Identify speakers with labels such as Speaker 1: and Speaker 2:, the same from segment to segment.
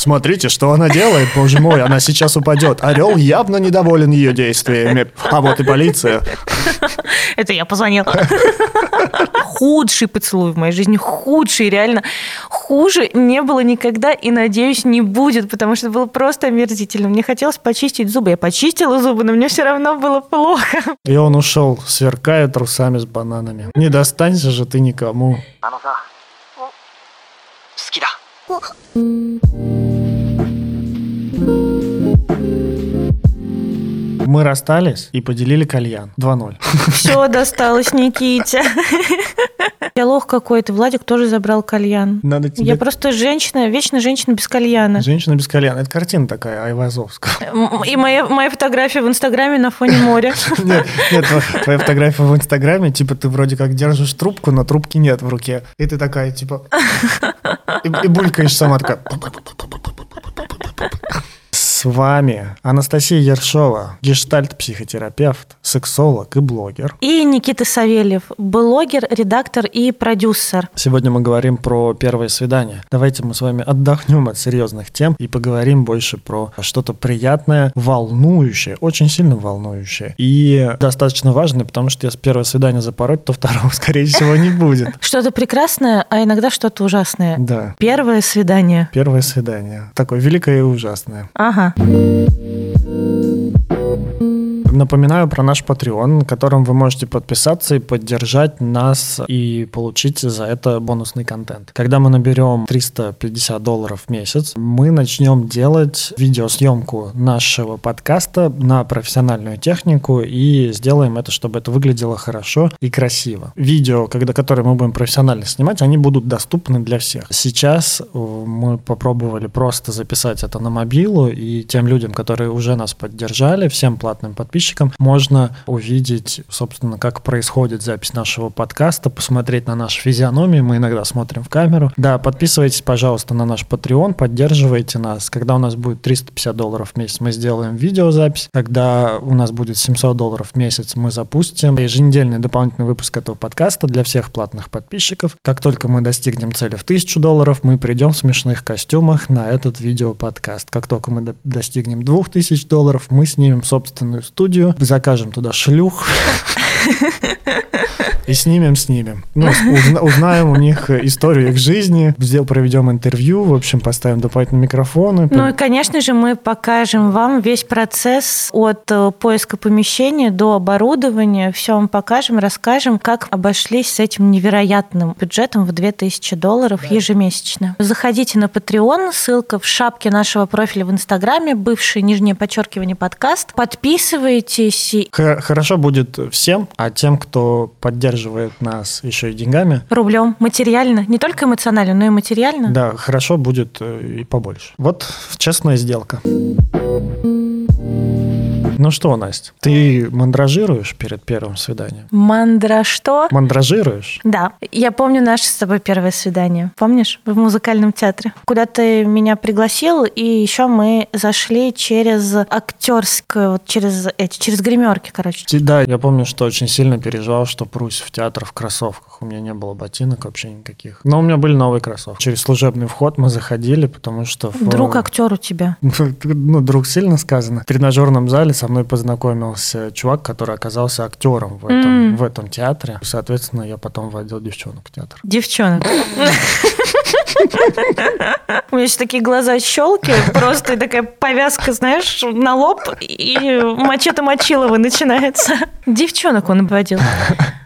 Speaker 1: Смотрите, что она делает, боже мой, она сейчас упадет. Орел явно недоволен ее действиями. А вот и полиция.
Speaker 2: Это я позвонила. Худший поцелуй в моей жизни, худший, реально. Хуже не было никогда и, надеюсь, не будет, потому что было просто омерзительно. Мне хотелось почистить зубы. Я почистила зубы, но мне все равно было плохо.
Speaker 1: И он ушел, сверкая трусами с бананами. Не достанься же ты никому.
Speaker 3: あのさ好きだ
Speaker 1: Мы расстались и поделили кальян. 2-0.
Speaker 2: Все досталось Никите. Я лох какой-то. Владик тоже забрал кальян.
Speaker 1: Надо тебе...
Speaker 2: Я просто женщина, вечно женщина без кальяна.
Speaker 1: Женщина без кальяна. Это картина такая, Айвазовская.
Speaker 2: М- И моя, моя фотография в Инстаграме на фоне моря.
Speaker 1: Нет, нет, тво- твоя фотография в Инстаграме, типа ты вроде как держишь трубку, но трубки нет в руке. И ты такая, типа... И, и булькаешь сама такая... С вами Анастасия Ершова, гештальт-психотерапевт, сексолог и блогер.
Speaker 2: И Никита Савельев, блогер, редактор и продюсер.
Speaker 1: Сегодня мы говорим про первое свидание. Давайте мы с вами отдохнем от серьезных тем и поговорим больше про что-то приятное, волнующее, очень сильно волнующее и достаточно важное, потому что если первое свидание запороть, то второго, скорее всего, не будет.
Speaker 2: Что-то прекрасное, а иногда что-то ужасное.
Speaker 1: Да,
Speaker 2: Первое свидание.
Speaker 1: первое свидание. Такое великое и ужасное.
Speaker 2: Ага.
Speaker 1: Напоминаю про наш Patreon, на котором вы можете подписаться и поддержать нас и получить за это бонусный контент. Когда мы наберем 350 долларов в месяц, мы начнем делать видеосъемку нашего подкаста на профессиональную технику и сделаем это, чтобы это выглядело хорошо и красиво. Видео, когда, которые мы будем профессионально снимать, они будут доступны для всех. Сейчас э, мы попробовали просто записать это на мобилу, и тем людям, которые уже нас поддержали, всем платным подписчикам, можно увидеть, собственно, как происходит запись нашего подкаста, посмотреть на нашу физиономию, мы иногда смотрим в камеру. Да, подписывайтесь, пожалуйста, на наш Patreon, поддерживайте нас. Когда у нас будет 350 долларов в месяц, мы сделаем видеозапись. Когда у нас будет 700 долларов в месяц, мы запустим еженедельный дополнительный выпуск этого подкаста для всех платных подписчиков. Как только мы достигнем цели в 1000 долларов, мы придем в смешных костюмах на этот видеоподкаст. Как только мы до- достигнем 2000 долларов, мы снимем собственную студию, закажем туда шлюх, и снимем, снимем. Ну, с- узна- узнаем у них э, историю их жизни, сдел- проведем интервью, в общем, поставим дополнительные микрофоны.
Speaker 2: Ну и, конечно же, мы покажем вам весь процесс от э, поиска помещения до оборудования. Все вам покажем, расскажем, как обошлись с этим невероятным бюджетом в 2000 долларов ежемесячно. Заходите на Patreon, ссылка в шапке нашего профиля в Инстаграме, бывший нижнее подчеркивание подкаст. Подписывайтесь и
Speaker 1: Х- Хорошо будет всем, а тем, кто поддерживает нас еще и деньгами,
Speaker 2: рублем материально, не только эмоционально, но и материально.
Speaker 1: да, хорошо будет э, и побольше. Вот честная сделка. Ну что, Настя, ты мандражируешь перед первым свиданием?
Speaker 2: Мандра что?
Speaker 1: Мандражируешь?
Speaker 2: Да. Я помню наше с тобой первое свидание. Помнишь? В музыкальном театре. Куда ты меня пригласил, и еще мы зашли через актерскую, вот через эти, через гримерки, короче.
Speaker 1: Ти- Да, я помню, что очень сильно переживал, что прусь в театр в кроссовках. У меня не было ботинок вообще никаких. Но у меня были новые кроссовки. Через служебный вход мы заходили, потому что... в-
Speaker 2: Друг актер у тебя.
Speaker 1: Ну, друг сильно сказано. В тренажерном зале со мной познакомился чувак, который оказался актером в этом,
Speaker 2: М.
Speaker 1: в этом театре. Соответственно, я потом водил девчонок в театр.
Speaker 2: Девчонок. У меня еще такие глаза щелки, просто и такая повязка, знаешь, на лоб, и мачете Мочилова начинается. Девчонок он обводил.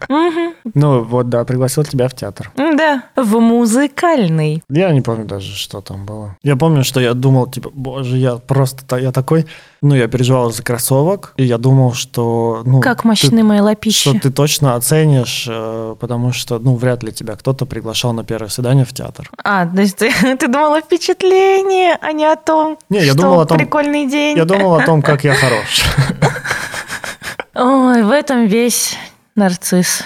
Speaker 2: Мгм.
Speaker 1: Ну, вот, да, пригласил тебя в театр.
Speaker 2: Да, в музыкальный.
Speaker 1: Я не помню даже, что там было. Я помню, что я думал, типа, боже, я просто, та- я такой... Ну, я переживал за кроссовок, и я думал, что... Ну,
Speaker 2: Как
Speaker 1: ты-
Speaker 2: мощны мои лапищи.
Speaker 1: Что ты точно оценишь, э, потому что, ну, вряд ли тебя кто-то приглашал на первое свидание в театр.
Speaker 2: А, то есть ты, ты думала о впечатлении, а не о том,
Speaker 1: Не, я
Speaker 2: что
Speaker 1: думал о том-
Speaker 2: прикольный день.
Speaker 1: Я думал о том, как я хорош.
Speaker 2: Ой, в этом весь нарцисс.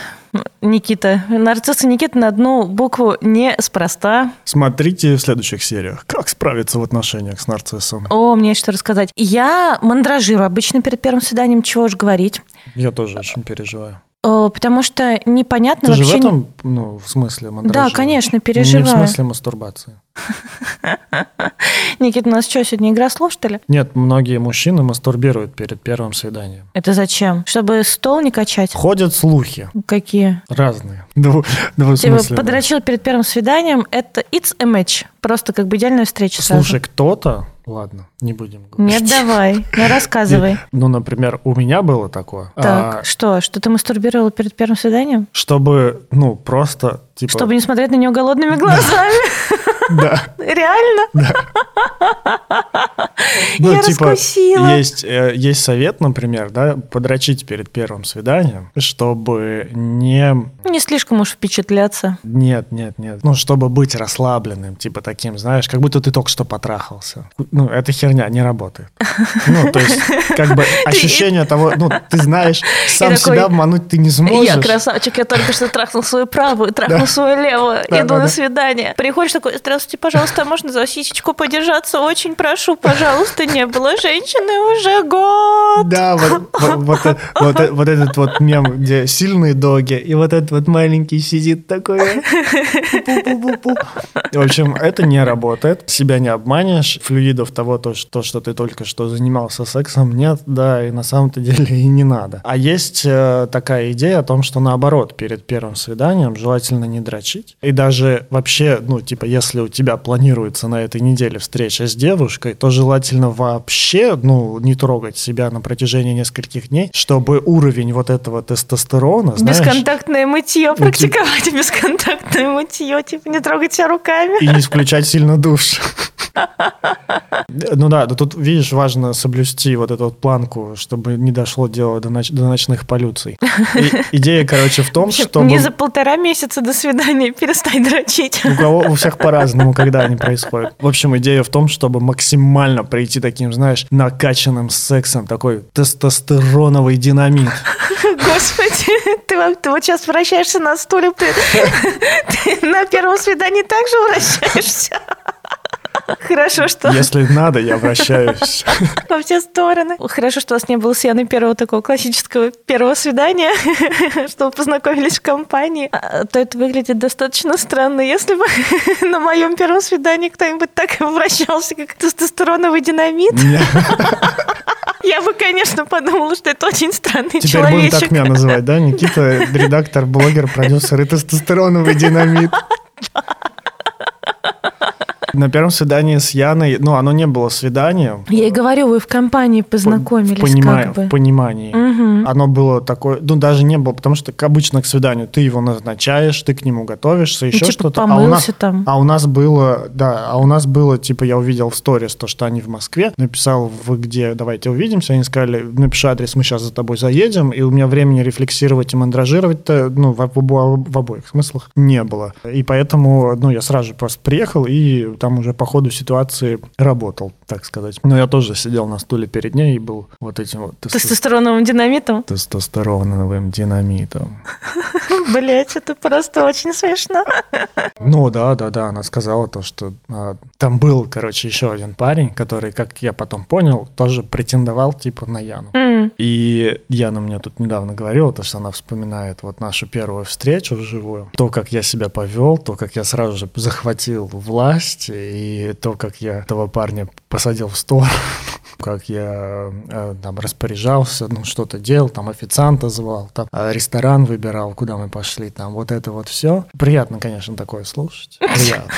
Speaker 2: Никита. Нарцисс и Никита на одну букву неспроста.
Speaker 1: Смотрите в следующих сериях, как справиться в отношениях с нарциссом.
Speaker 2: О, мне есть что рассказать. Я мандражирую обычно перед первым свиданием, чего уж говорить.
Speaker 1: Я тоже очень переживаю.
Speaker 2: Э, Потому что непонятно
Speaker 1: Ты же в
Speaker 2: вообще... не-
Speaker 1: этом, ну, в смысле
Speaker 2: Да,
Speaker 1: мандража?
Speaker 2: конечно,
Speaker 1: Не в
Speaker 2: переживаю.
Speaker 1: смысле мастурбации.
Speaker 2: Никит, у нас что, сегодня игра слов, что ли?
Speaker 1: Нет, многие мужчины мастурбируют перед первым свиданием.
Speaker 2: Это зачем? Чтобы стол не качать?
Speaker 1: Ходят слухи
Speaker 2: Какие?
Speaker 1: разные. Дву-
Speaker 2: Типа,
Speaker 1: двусмысленные.
Speaker 2: подрочил перед первым свиданием, это it's a match. Просто как бы идеальная встреча сразу.
Speaker 1: Слушай, кто-то... Ладно, не будем говорить.
Speaker 2: Нет, давай, ну рассказывай.
Speaker 1: Ну, например, у меня было такое.
Speaker 2: Так,
Speaker 1: А,
Speaker 2: что? Что ты мастурбировала перед первым свиданием?
Speaker 1: чтобы, ну, просто, типа...
Speaker 2: Чтобы не смотреть на него голодными глазами.
Speaker 1: Да.
Speaker 2: Реально?
Speaker 1: Ну,
Speaker 2: Я
Speaker 1: типа,
Speaker 2: раскусила.
Speaker 1: Есть, э, есть совет, например, да, подрочить перед первым свиданием, чтобы не...
Speaker 2: Не слишком уж впечатляться.
Speaker 1: Нет, нет, нет. Ну, чтобы быть расслабленным, типа таким, знаешь, как будто ты только что потрахался. Ну, эта херня не работает. Ну, то есть, как бы ощущение того, ну, ты знаешь, сам
Speaker 2: такой,
Speaker 1: себя обмануть ты не сможешь.
Speaker 2: Я красавчик, я только что трахнул свою правую, трахнул свою левую,
Speaker 1: Да,
Speaker 2: иду
Speaker 1: да,
Speaker 2: на
Speaker 1: да.
Speaker 2: свидание. Приходишь такой, здравствуйте, пожалуйста, а можно за сисечку подержаться? Очень прошу, пожалуйста, не было женщины уже год.
Speaker 1: Да, вот, вот, вот э- вот э- вот этот вот мем, где сильные доги, и вот этот вот маленький сидит такой. э, пу-пу-пу-пу. В общем, это не работает. Себя не обманешь. Флюидов того, то, что, что ты только что занимался сексом, нет, да, и на самом-то деле и не надо. А есть э, такая идея о том, что наоборот, перед первым свиданием желательно не дрочить. И даже вообще, ну, типа, если у тебя планируется на этой неделе встреча с девушкой, то желательно вообще, ну, не трогать себя на протяжении нескольких дней, чтобы уровень вот этого тестостерона, знаешь,
Speaker 2: Бесконтактное мытье,
Speaker 1: типа-
Speaker 2: практиковать бесконтактное мытье, типа не трогать себя руками.
Speaker 1: И не включать сильно душ. Ну да, да тут, видишь, важно соблюсти вот эту вот планку, чтобы не дошло дело до, ноч- до ночных полюций. И идея, короче, в
Speaker 2: В
Speaker 1: том,
Speaker 2: общем,
Speaker 1: чтобы...
Speaker 2: Не за полтора месяца до свидания перестань дрочить.
Speaker 1: У кого у всех по-разному, когда они происходят. В общем, идея в том, чтобы максимально прийти таким, знаешь, накачанным сексом, такой тестостероновый динамит.
Speaker 2: Господи, ты, во- ты вот сейчас вращаешься на стуле, ты, ты на первом свидании также вращаешься. Хорошо, что
Speaker 1: Если надо, я вращаюсь.
Speaker 2: во все стороны. Хорошо, что у вас не было с Яной первого такого классического первого свидания, что вы познакомились в компании. А, а то это выглядит достаточно странно. Если бы на моем первом свидании кто-нибудь так вращался, как тестостероновый динамит,
Speaker 1: Меня-
Speaker 2: я бы, конечно, подумала, что это очень странный
Speaker 1: Теперь будем так
Speaker 2: человечек.
Speaker 1: меня называть, да, Никита? Редактор, блогер, продюсер и тестостероновый динамит. На первом свидании с Яной, ну, оно не было свиданием.
Speaker 2: Я и говорю, вы в компании познакомились
Speaker 1: в, понима-
Speaker 2: как бы.
Speaker 1: в понимании.
Speaker 2: Мгм.
Speaker 1: Оно было такое, ну даже не было, потому что как обычно к свиданию ты его назначаешь, ты к нему готовишься,
Speaker 2: Ну,
Speaker 1: еще
Speaker 2: типа,
Speaker 1: что-то. а, у
Speaker 2: помылся
Speaker 1: нас,
Speaker 2: там.
Speaker 1: а у нас было, да, а у нас было, типа, я увидел в сторис то, что они в Москве, написал, вы где, давайте увидимся, они сказали, напиши адрес, мы сейчас за тобой заедем, и у меня времени рефлексировать и мандражировать-то, ну, в, обо- в обоих смыслах не было. И поэтому, ну, я сразу же просто приехал и там уже по ходу ситуации работал, так сказать. Но я тоже сидел на стуле перед ней и был вот этим вот
Speaker 2: Тестостероновым динамитом.
Speaker 1: тестостероновым динамитом.
Speaker 2: Блять, это просто очень смешно.
Speaker 1: Ну да, да, да, она сказала то, что а, там был, короче, еще один парень, который, как я потом понял, тоже претендовал типа на Яну.
Speaker 2: М.
Speaker 1: И Яна мне тут недавно говорила, то, что она вспоминает вот нашу первую встречу вживую. То, как я себя повел, то, как я сразу же захватил власть, и то, как я этого парня посадил в сторону, как я э, там распоряжался, ну, что-то делал, там официанта звал, там э, ресторан выбирал, куда мы пошли, там вот это вот все. Приятно, конечно, такое слушать. Приятно.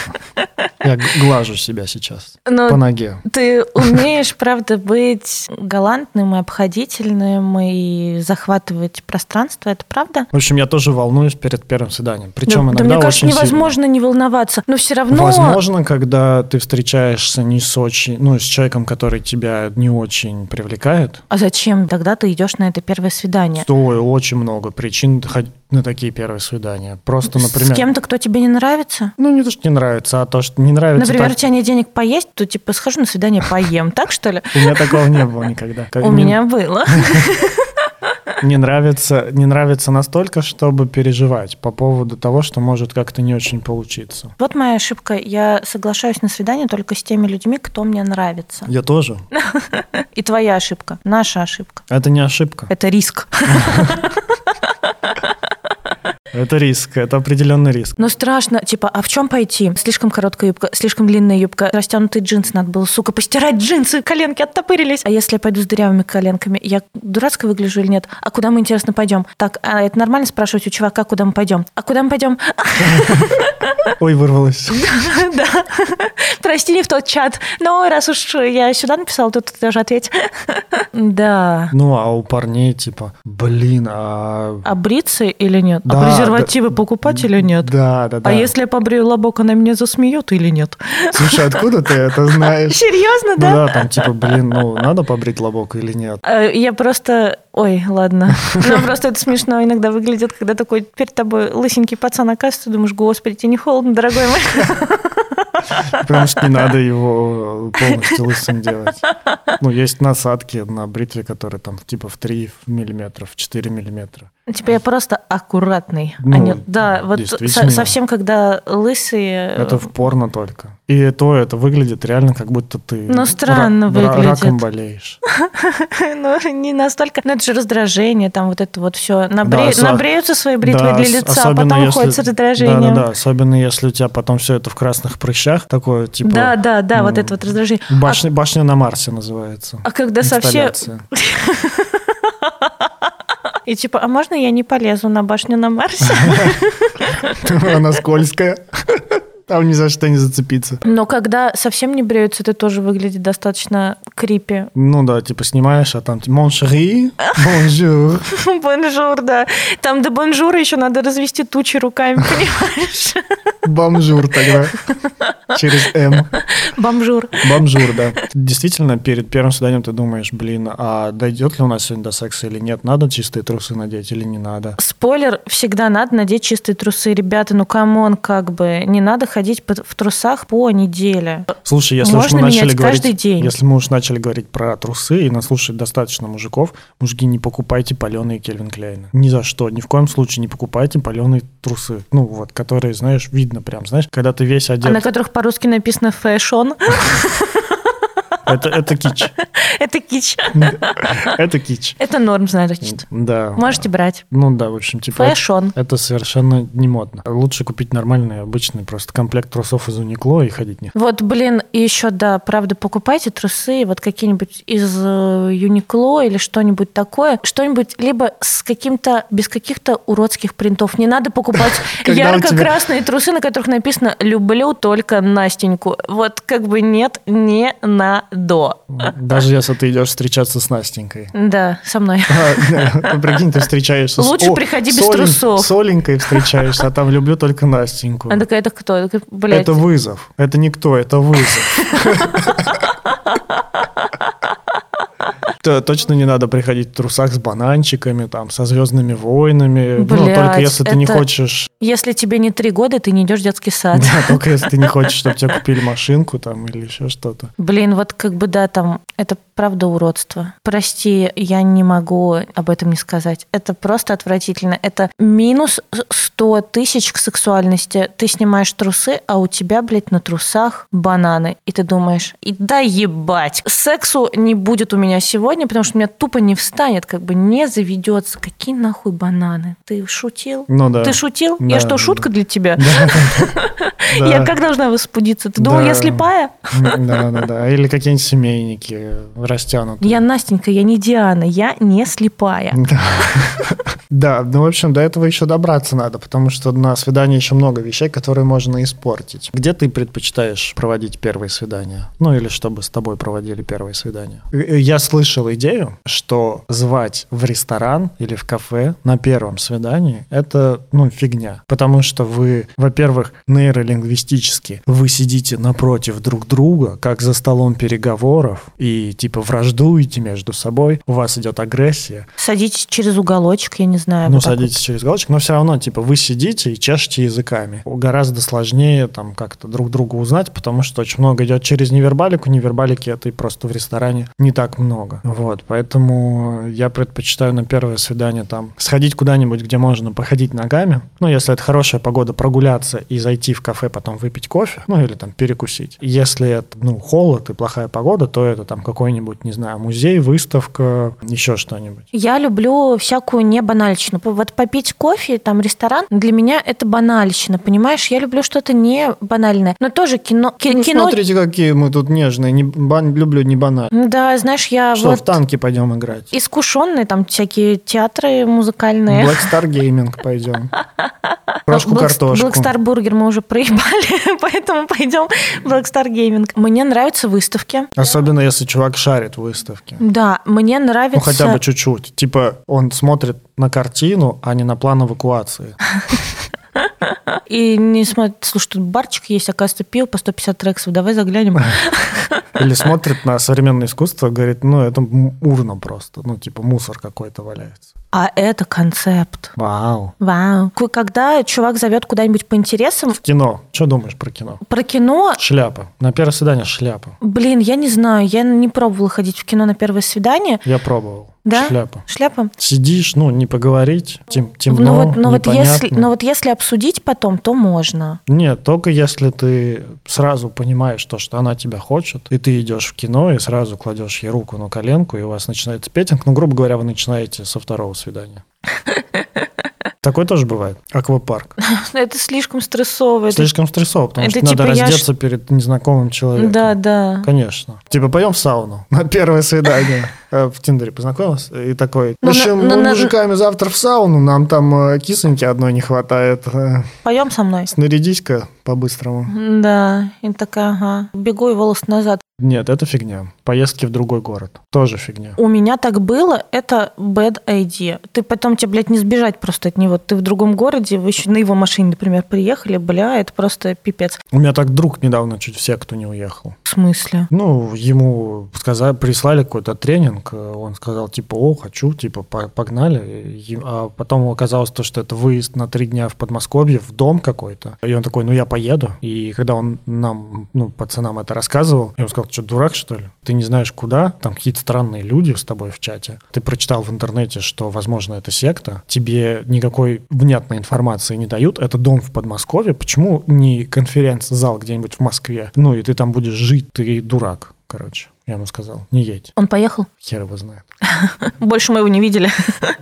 Speaker 1: Я г- глажу себя сейчас по
Speaker 2: Но
Speaker 1: ноге.
Speaker 2: ты умеешь, правда, быть галантным и обходительным и захватывать пространство, это правда?
Speaker 1: В общем, я тоже волнуюсь перед первым свиданием. Причем
Speaker 2: ну, да,
Speaker 1: иногда
Speaker 2: да мне кажется,
Speaker 1: очень сильно.
Speaker 2: невозможно не волноваться. Но все равно...
Speaker 1: Возможно, когда ты встречаешься не с очень, ну, с человеком, который тебя не очень привлекает,
Speaker 2: А зачем тогда ты идешь на это первое свидание?
Speaker 1: то очень много причин ходить на такие первые свидания. Просто, ну, например,
Speaker 2: С кем-то, кто тебе не нравится?
Speaker 1: ну не то, что не нравится, а то, что не нравится.
Speaker 2: Например, у
Speaker 1: так-
Speaker 2: тебя нет денег поесть, то типа схожу на свидание, поем, так что ли?
Speaker 1: у меня такого Э, не было никогда. Как
Speaker 2: У
Speaker 1: мне
Speaker 2: меня было.
Speaker 1: не нравится, не нравится настолько, чтобы переживать по поводу того, что может как-то не очень получиться.
Speaker 2: Вот моя ошибка. Я соглашаюсь на свидание только с теми людьми, кто мне нравится.
Speaker 1: Я тоже.
Speaker 2: И твоя ошибка, наша ошибка.
Speaker 1: Это не ошибка.
Speaker 2: Это риск.
Speaker 1: Это риск, это определенный риск.
Speaker 2: Но страшно, типа, а в чем пойти? Слишком короткая юбка, слишком длинная юбка, растянутые джинсы надо было, сука, постирать джинсы, коленки оттопырились. А если я пойду с дырявыми коленками, я дурацко выгляжу или нет? А куда мы, интересно, пойдем? Так, а это нормально спрашивать у чувака, куда мы пойдем? А куда мы пойдем?
Speaker 1: Ой, вырвалось.
Speaker 2: Да. Прости, не в тот чат. Но раз уж я сюда написала, то ты тоже ответь. Да.
Speaker 1: Ну, а у парней типа, блин, а...
Speaker 2: А бриться или нет?
Speaker 1: Да,
Speaker 2: а презервативы покупать или нет?
Speaker 1: Да, да, да.
Speaker 2: А если я побрею лобок, она меня засмеет или нет?
Speaker 1: Слушай, откуда ты это знаешь?
Speaker 2: Серьезно,
Speaker 1: Ну да, там типа, блин, ну надо побрить лобок или нет?
Speaker 2: Э, Я просто... Ой, ладно. Ну, просто это смешно иногда выглядит, когда такой перед тобой лысенький пацан а оказывается, ты думаешь, господи, тебе не холодно, дорогой мой?
Speaker 1: Потому что не надо его полностью лысым делать. Ну, есть насадки на бритве, которые там типа в 3 миллиметра, в 4 миллиметра.
Speaker 2: Типа я просто аккуратный. а
Speaker 1: Ну,
Speaker 2: не- Да, вот со-
Speaker 1: действительно.
Speaker 2: совсем когда лысые... э,
Speaker 1: Это в порно только. И то это выглядит реально, как будто ты
Speaker 2: Ну, странно
Speaker 1: ра- ра-
Speaker 2: выглядит.
Speaker 1: раком болеешь.
Speaker 2: Ну, не настолько. Ну, это же раздражение, там вот это вот все.
Speaker 1: осо-
Speaker 2: Набреются свои бритвы
Speaker 1: Да,
Speaker 2: для
Speaker 1: ос-
Speaker 2: лица, а
Speaker 1: особенно
Speaker 2: потом
Speaker 1: если-
Speaker 2: уходят с
Speaker 1: Да,
Speaker 2: раздражением.
Speaker 1: да, да. Особенно если у тебя потом все это в красных прыщах, такое типа.
Speaker 2: Да, да, да, вот
Speaker 1: м,
Speaker 2: это вот раздражение.
Speaker 1: Башня, башня на Марсе называется.
Speaker 2: А когда совсем...
Speaker 1: Инсталляция.
Speaker 2: И типа, а можно я не полезу на башню на Марсе?
Speaker 1: Она скользкая. Там ни за что не зацепиться.
Speaker 2: Но когда совсем не бреются, это тоже выглядит достаточно крипи.
Speaker 1: Ну да, типа снимаешь, а там типа, «Mon chéri, bonjour».
Speaker 2: Бонжур, да. Там до бонжура еще надо развести тучи руками, понимаешь?
Speaker 1: Бомжур тогда. Через М.
Speaker 2: Бомжур.
Speaker 1: Бомжур, да. Действительно, перед первым свиданием ты думаешь, блин, а дойдет ли у нас сегодня до секса или нет? Надо чистые трусы надеть или не надо?
Speaker 2: Спойлер, всегда надо надеть чистые трусы. Ребята, ну камон, как бы. Не надо ходить под- в трусах по неделе.
Speaker 1: Слушай, если уж
Speaker 2: Можно
Speaker 1: мы начали
Speaker 2: менять
Speaker 1: говорить,
Speaker 2: каждый день.
Speaker 1: если мы уж начали говорить про трусы и нас слушает достаточно мужиков, мужики, не покупайте паленые Кельвин Кляйны. Ни за что, ни в коем случае не покупайте паленые трусы. Ну вот, которые, знаешь, видно прям, знаешь, когда ты весь
Speaker 2: А
Speaker 1: одет.
Speaker 2: на которых по-русски написано «фэшон».
Speaker 1: Это, это кич.
Speaker 2: Это кич.
Speaker 1: Это кич.
Speaker 2: Это норм, значит.
Speaker 1: Да.
Speaker 2: Можете брать.
Speaker 1: Ну да, в общем, типа... это-
Speaker 2: Фэшон.
Speaker 1: Это совершенно не модно. Лучше купить нормальный, обычный просто комплект трусов из Уникло и ходить в них.
Speaker 2: Вот, блин, и еще, да, правда, покупайте трусы, вот какие-нибудь из э, Юникло или что-нибудь такое. Что-нибудь либо с каким-то, без каких-то уродских принтов. Не надо покупать
Speaker 1: Когда у тебя-
Speaker 2: ярко-красные трусы, на которых написано «люблю только Настеньку». Вот как бы нет, не надо.
Speaker 1: Даже если ты идешь встречаться с Настенькой.
Speaker 2: Да, со мной.
Speaker 1: А, да, Прикинь, ты встречаешься с...
Speaker 2: Лучше
Speaker 1: о,
Speaker 2: приходи без
Speaker 1: Солен-
Speaker 2: трусов.
Speaker 1: С Оленькой встречаешься, а там люблю только Настеньку.
Speaker 2: Она такая, это кто? Я такая, Блядь.
Speaker 1: Это вызов. Это никто, это вызов. То- Точно не надо приходить в трусах с бананчиками, там, со звездными войнами. ну, только
Speaker 2: Блядь,
Speaker 1: если ты не
Speaker 2: это-
Speaker 1: хочешь
Speaker 2: Если тебе не три года, ты не идешь в детский сад.
Speaker 1: Да, только если ты не хочешь, чтобы тебе купили машинку там или еще что-то.
Speaker 2: Блин, вот как бы да, там, это правда уродство. Прости, я не могу об этом не сказать. Это просто отвратительно. Это минус 100 тысяч к сексуальности. Ты снимаешь трусы, а у тебя, блядь, на трусах бананы. И ты думаешь, и да ебать, сексу не будет у меня сегодня, потому что у меня тупо не встанет, как бы не заведется. Какие нахуй бананы? Ты шутил?
Speaker 1: Ну да.
Speaker 2: Ты шутил?
Speaker 1: Да,
Speaker 2: Я что,
Speaker 1: да.
Speaker 2: шутка для тебя?
Speaker 1: Да.
Speaker 2: Я как должна возбудиться? Ты думал,
Speaker 1: Да.
Speaker 2: я слепая?
Speaker 1: Да, да, да. Или какие-нибудь семейники растянутые.
Speaker 2: Я Настенька, я не Диана, я не слепая.
Speaker 1: Да. Да, ну, в общем, до этого еще добраться надо, потому что на свидании еще много вещей, которые можно испортить. Где ты предпочитаешь проводить первые свидания? Ну, или чтобы с тобой проводили первые свидания? Э, э, Я слышал идею, что звать в ресторан или в кафе на первом свидании – это, ну, фигня. Потому что вы, во-первых, нейролингвистически вы сидите напротив друг друга, как за столом переговоров, и, типа, враждуете между собой, у вас идет агрессия,
Speaker 2: Садитесь через уголочек, я не знаю.
Speaker 1: ну,
Speaker 2: вот так
Speaker 1: садитесь через галочку, но все равно, типа, вы сидите и чешете языками. Гораздо сложнее там как-то друг друга узнать, потому что очень много идет через невербалику. Невербалики это и просто в ресторане не так много. Вот, поэтому я предпочитаю на первое свидание там сходить куда-нибудь, где можно походить ногами. Ну, если это хорошая погода, прогуляться и зайти в кафе, потом выпить кофе, ну, или там перекусить. Если это, ну, холод и плохая погода, то это там какой-нибудь, не знаю, музей, выставка, еще что-нибудь.
Speaker 2: Я люблю всякую небанальщину. Вот попить кофе, там, ресторан, для меня это банальщина, понимаешь? Я люблю что-то не банальное. Но тоже кино... ки-
Speaker 1: Ну,
Speaker 2: кино...
Speaker 1: Смотрите, какие мы тут нежные. Не бан- люблю не банально.
Speaker 2: Да, знаешь, я
Speaker 1: Что, в
Speaker 2: А вот
Speaker 1: танки пойдем играть?
Speaker 2: искушенные, там всякие театры музыкальные. Ну,
Speaker 1: Black Star Gaming пойдем. Крошку
Speaker 2: Black-
Speaker 1: картошку.
Speaker 2: Black Star Burger мы уже проебали, поэтому пойдем Black Star Gaming. Мне нравятся выставки.
Speaker 1: Особенно если чувак шарит в выставке.
Speaker 2: Да, мне нравится...
Speaker 1: Ну, хотя бы чуть-чуть. Типа, он смотрит на картину, а не на план эвакуации.
Speaker 2: И не смотри, слушай, тут барчик есть, оказывается, пиво по 150 рексов, давай заглянем.
Speaker 1: Или смотрит на современное искусство, говорит, ну, это м- урна просто. Ну, типа, мусор какой-то валяется.
Speaker 2: А это концепт.
Speaker 1: Вау.
Speaker 2: Вау. Ку- Когда чувак зовет куда-нибудь по интересам,
Speaker 1: Кино. Что думаешь про кино?
Speaker 2: про кино,
Speaker 1: Шляпа. На первое свидание шляпа.
Speaker 2: блин, я не знаю, я не пробовала ходить в кино на первое свидание.
Speaker 1: Я пробовал.
Speaker 2: Да?
Speaker 1: Шляпа.
Speaker 2: Шляпа?
Speaker 1: Сидишь, ну, не поговорить, тем, темно,
Speaker 2: ну вот, ну вот
Speaker 1: непонятно.
Speaker 2: если, но вот если обсудить потом, то можно.
Speaker 1: Нет, только если ты сразу понимаешь то, что она тебя хочет, и ты идешь в кино и сразу кладешь ей руку на коленку, и у вас начинается петинг. Ну, грубо говоря, вы начинаете со второго свидания. Такое тоже бывает. Аквапарк.
Speaker 2: Это слишком стрессово. это-
Speaker 1: Слишком стрессово, потому
Speaker 2: это
Speaker 1: что надо
Speaker 2: типа я ж-
Speaker 1: раздеться перед незнакомым человеком.
Speaker 2: Да, да.
Speaker 1: Конечно. Типа, пойдем в сауну на первое свидание. Э, В Тиндере познакомилась? И такой, ну,
Speaker 2: Ну, на-
Speaker 1: чем
Speaker 2: на- на-
Speaker 1: мужиками завтра в сауну, нам там э, кисоньки одной не хватает. Э,
Speaker 2: Поем со мной.
Speaker 1: Снарядись-ка по-быстрому.
Speaker 2: Да, и такая, ага. Бегу и волос назад.
Speaker 1: Нет, это фигня. Поездки в другой город. Тоже фигня.
Speaker 2: У меня так было, это bad idea. Ты потом тебе, блядь, не сбежать просто от него. Ты в другом городе, вы еще на его машине, например, приехали, бля, это просто пипец.
Speaker 1: У меня так друг недавно чуть все, кто не уехал.
Speaker 2: В смысле?
Speaker 1: Ну, ему сказали, прислали какой-то тренинг, э, он сказал, типа, о, хочу, типа, по- погнали. И- А потом оказалось то, что это выезд на три дня в Подмосковье, в дом какой-то. И он такой, ну, я поеду. И когда он нам, ну, пацанам это рассказывал, я ему сказал, ты что, дурак, что ли? Ты не знаешь, куда? Там какие-то странные люди с тобой в чате. Ты прочитал в интернете, что, возможно, это секта. Тебе никакой внятной информации не дают. Это дом в Подмосковье. Почему не конференц-зал где-нибудь в Москве? Ну, и ты там будешь жить, ты дурак, короче. Я ему сказал, не едь,
Speaker 2: Он поехал?
Speaker 1: хер его знает.
Speaker 2: Больше мы его не видели.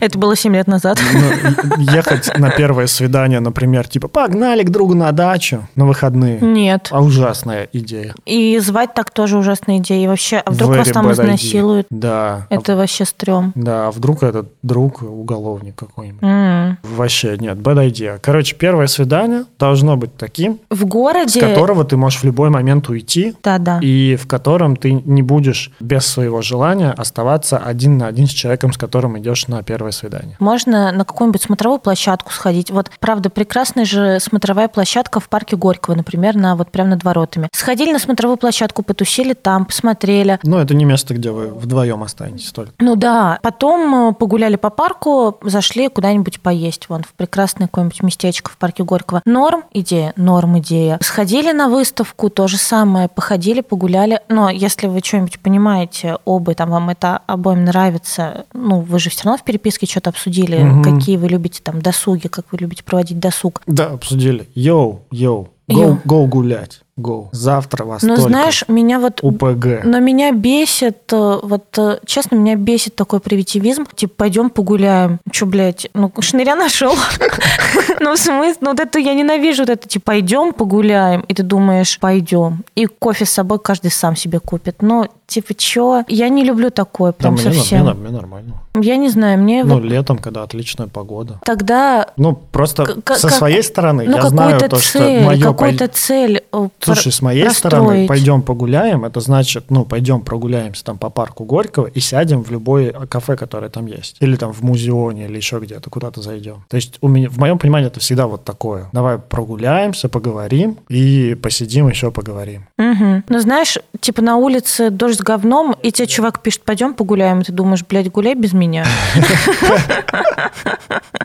Speaker 2: Это было 7 лет назад.
Speaker 1: Ну, е- ехать на первое свидание, например, типа, погнали к другу на дачу на выходные.
Speaker 2: Нет.
Speaker 1: А ужасная идея.
Speaker 2: И звать так тоже ужасная идея. И вообще, а вдруг вас
Speaker 1: Very
Speaker 2: там
Speaker 1: bad idea.
Speaker 2: изнасилуют?
Speaker 1: Да. А-
Speaker 2: Это вообще стрём.
Speaker 1: Да, а вдруг этот друг уголовник какой-нибудь.
Speaker 2: М.
Speaker 1: Вообще нет, bad idea. Короче, первое свидание должно быть таким,
Speaker 2: В
Speaker 1: с
Speaker 2: городе...
Speaker 1: которого ты можешь в любой момент уйти,
Speaker 2: Да-да.
Speaker 1: и в котором ты не будешь без своего желания оставаться один на один с человеком, с которым идешь на первое свидание.
Speaker 2: Можно на какую-нибудь смотровую площадку сходить. Вот, правда, прекрасная же смотровая площадка в парке Горького, например, на вот прямо над воротами. Сходили на смотровую площадку, потусили там, посмотрели.
Speaker 1: Но это не место, где вы вдвоем останетесь только.
Speaker 2: Ну да, потом э, погуляли по парку, зашли куда-нибудь поесть, вон, в прекрасное какое-нибудь местечко в парке Горького. Норм идея, норм идея. Сходили на выставку, то же самое, походили, погуляли. Но если вы что-нибудь понимаете, оба, там, вам это обоим нравится, ну, вы же все равно в переписке что-то обсудили,
Speaker 1: Мгм.
Speaker 2: какие вы любите там досуги, как вы любите проводить досуг.
Speaker 1: Да, обсудили. Йоу, йоу,
Speaker 2: Йоу.
Speaker 1: гоу, гоу гулять, гоу. Завтра вас
Speaker 2: Но
Speaker 1: только.
Speaker 2: знаешь, ну, меня вот
Speaker 1: УПГ.
Speaker 2: Но меня бесит, э, вот э, честно, меня бесит такой привитивизм. Типа, пойдем погуляем. Че, блядь, ну, шныря нашел. Ну, в смысле, ну, вот это я ненавижу, вот это, типа, пойдем погуляем. И ты думаешь, пойдем. И кофе с собой каждый сам себе купит. Ну, типа, че? Я не люблю такое
Speaker 1: Да,
Speaker 2: прям
Speaker 1: мне, нор- мне нор-
Speaker 2: совсем.
Speaker 1: мне нормально.
Speaker 2: Я не знаю, мне
Speaker 1: Ну,
Speaker 2: вот
Speaker 1: летом, когда отличная погода.
Speaker 2: тогда...
Speaker 1: Ну, просто
Speaker 2: К- к-
Speaker 1: со
Speaker 2: как-
Speaker 1: своей стороны,
Speaker 2: Ну,
Speaker 1: я знаю
Speaker 2: какую-то
Speaker 1: то,
Speaker 2: цель,
Speaker 1: что мое
Speaker 2: какую-то цель э, пр-
Speaker 1: Слушай, с моей стороны,
Speaker 2: простроить.
Speaker 1: пойдем погуляем, это значит, ну, пойдем прогуляемся там по парку Горького и сядем в любое кафе, которое там есть. Или там в музеоне, или еще где-то, куда-то зайдем. То есть у меня, в моем понимании это всегда вот такое. Давай прогуляемся, поговорим и посидим, еще поговорим.
Speaker 2: Мгм. Ну, знаешь, типа на улице дождь с говном, и тебе чувак пишет, пойдем погуляем, и ты думаешь, блядь, гуляй без меня.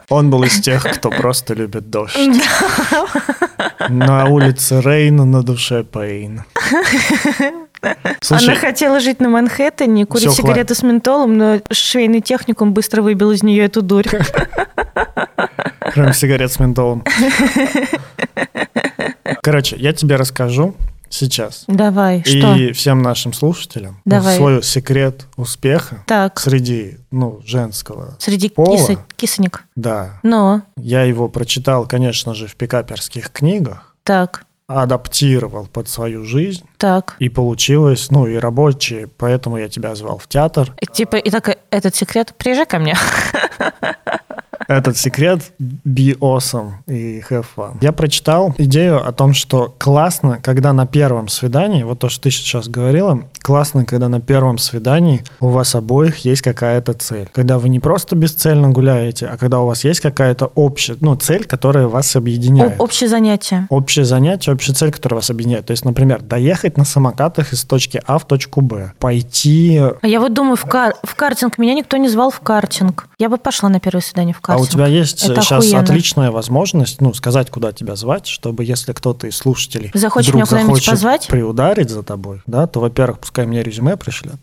Speaker 1: Он был из тех, кто просто любит дождь. На улице Рейн, на душе Пейн. Слушай,
Speaker 2: Она хотела жить А на Манхэттене, курить
Speaker 1: всё,
Speaker 2: сигареты с ментолом, но швейный техникум быстро выбил из нее эту дурь.
Speaker 1: Кроме сигарет с ментолом. Короче, я тебе расскажу сейчас.
Speaker 2: Давай, что?
Speaker 1: И всем нашим слушателям ну,
Speaker 2: Давай.
Speaker 1: свой секрет успеха
Speaker 2: Так,
Speaker 1: среди, ну, женского.
Speaker 2: среди
Speaker 1: Пола?
Speaker 2: кисы- кисонек.
Speaker 1: Да.
Speaker 2: Но,
Speaker 1: Я его прочитал, конечно же, в пикаперских книгах,
Speaker 2: так,
Speaker 1: адаптировал под свою жизнь,
Speaker 2: так.
Speaker 1: и получилось, ну, и рабочие, поэтому я тебя звал в театр.
Speaker 2: И Типа, и так, этот секрет, приезжай ко мне.
Speaker 1: Этот секрет be awesome и have fun. Я прочитал идею о том, что классно, когда на первом свидании, вот то, что ты сейчас говорила, классно, когда на первом свидании у вас обоих есть какая-то цель. Когда вы не просто бесцельно гуляете, а когда у вас есть какая-то общая, ну, цель, которая вас объединяет.
Speaker 2: О- Общее занятие.
Speaker 1: Общее занятие, общая цель, которая вас объединяет. То есть, например, доехать на самокатах из точки А в точку Б, пойти...
Speaker 2: А я вот думаю, в, кар- в картинг меня никто не звал в картинг. Я бы пошла на первое свидание в
Speaker 1: А у
Speaker 2: картинг.
Speaker 1: тебя есть
Speaker 2: Это
Speaker 1: сейчас
Speaker 2: охуенно.
Speaker 1: отличная возможность, ну, сказать, куда тебя звать, чтобы если кто-то из слушателей
Speaker 2: Захочет
Speaker 1: вдруг
Speaker 2: меня куда-нибудь
Speaker 1: захочет
Speaker 2: позвать?
Speaker 1: приударить за тобой, да, то, во-первых, пускай мне резюме пришлет.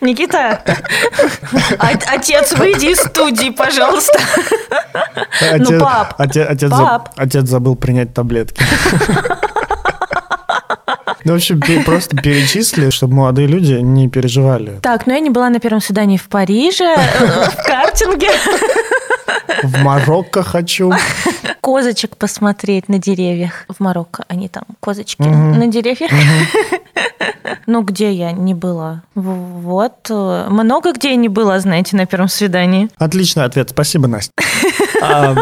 Speaker 2: Никита, о- отец, выйди из студии, пожалуйста.
Speaker 1: Отец-
Speaker 2: Ну, пап,
Speaker 1: оте- отец заб-
Speaker 2: пап.
Speaker 1: Отец забыл принять таблетки. Ну, в общем, пе- просто перечисли, чтобы молодые люди не переживали.
Speaker 2: Так, ну я не была на первом свидании в Париже, э, в картинге.
Speaker 1: В Марокко хочу.
Speaker 2: Козочек посмотреть на деревьях. В Марокко они там, козочки
Speaker 1: Мгм.
Speaker 2: на деревьях. Ну, где я не была? В- Вот. э, Много где я не была, знаете, на первом свидании.
Speaker 1: Отличный ответ. Спасибо, Настя. А,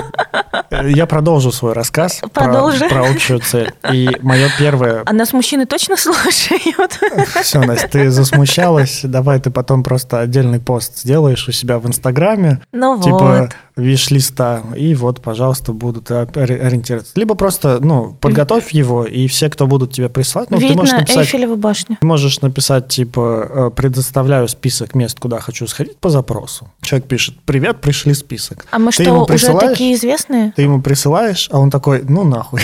Speaker 1: э, Я продолжу свой рассказ про-
Speaker 2: Продолжи.
Speaker 1: про общую цель. И мое первое
Speaker 2: А нас мужчины точно слушают?
Speaker 1: Все, Настя, ты засмущалась. Давай ты потом просто отдельный пост сделаешь у себя в Инстаграме.
Speaker 2: Ну
Speaker 1: Типа
Speaker 2: вот.
Speaker 1: виш-листа. И вот, пожалуйста, будут ори- ориентироваться. Либо просто, ну, подготовь его, и все, кто будут тебе присылать, ну, ты можешь
Speaker 2: Видно э,
Speaker 1: написать...
Speaker 2: Эйфелеву башню.
Speaker 1: ты Можешь написать, типа, э, предоставляю список мест, куда хочу сходить по запросу. Человек пишет, привет, пришли список.
Speaker 2: А мы
Speaker 1: Ты
Speaker 2: что,
Speaker 1: ему
Speaker 2: уже
Speaker 1: присылаешь?
Speaker 2: такие известные?
Speaker 1: Ты ему присылаешь, а он такой, ну нахуй.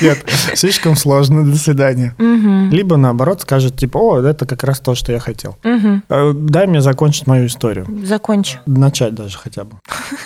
Speaker 1: Нет, слишком сложно, до свидания.
Speaker 2: Угу.
Speaker 1: Либо наоборот скажет, типа, о, это как раз то, что я хотел.
Speaker 2: Угу.
Speaker 1: Э, Дай мне закончить мою историю.
Speaker 2: Закончу.
Speaker 1: Начать даже хотя бы.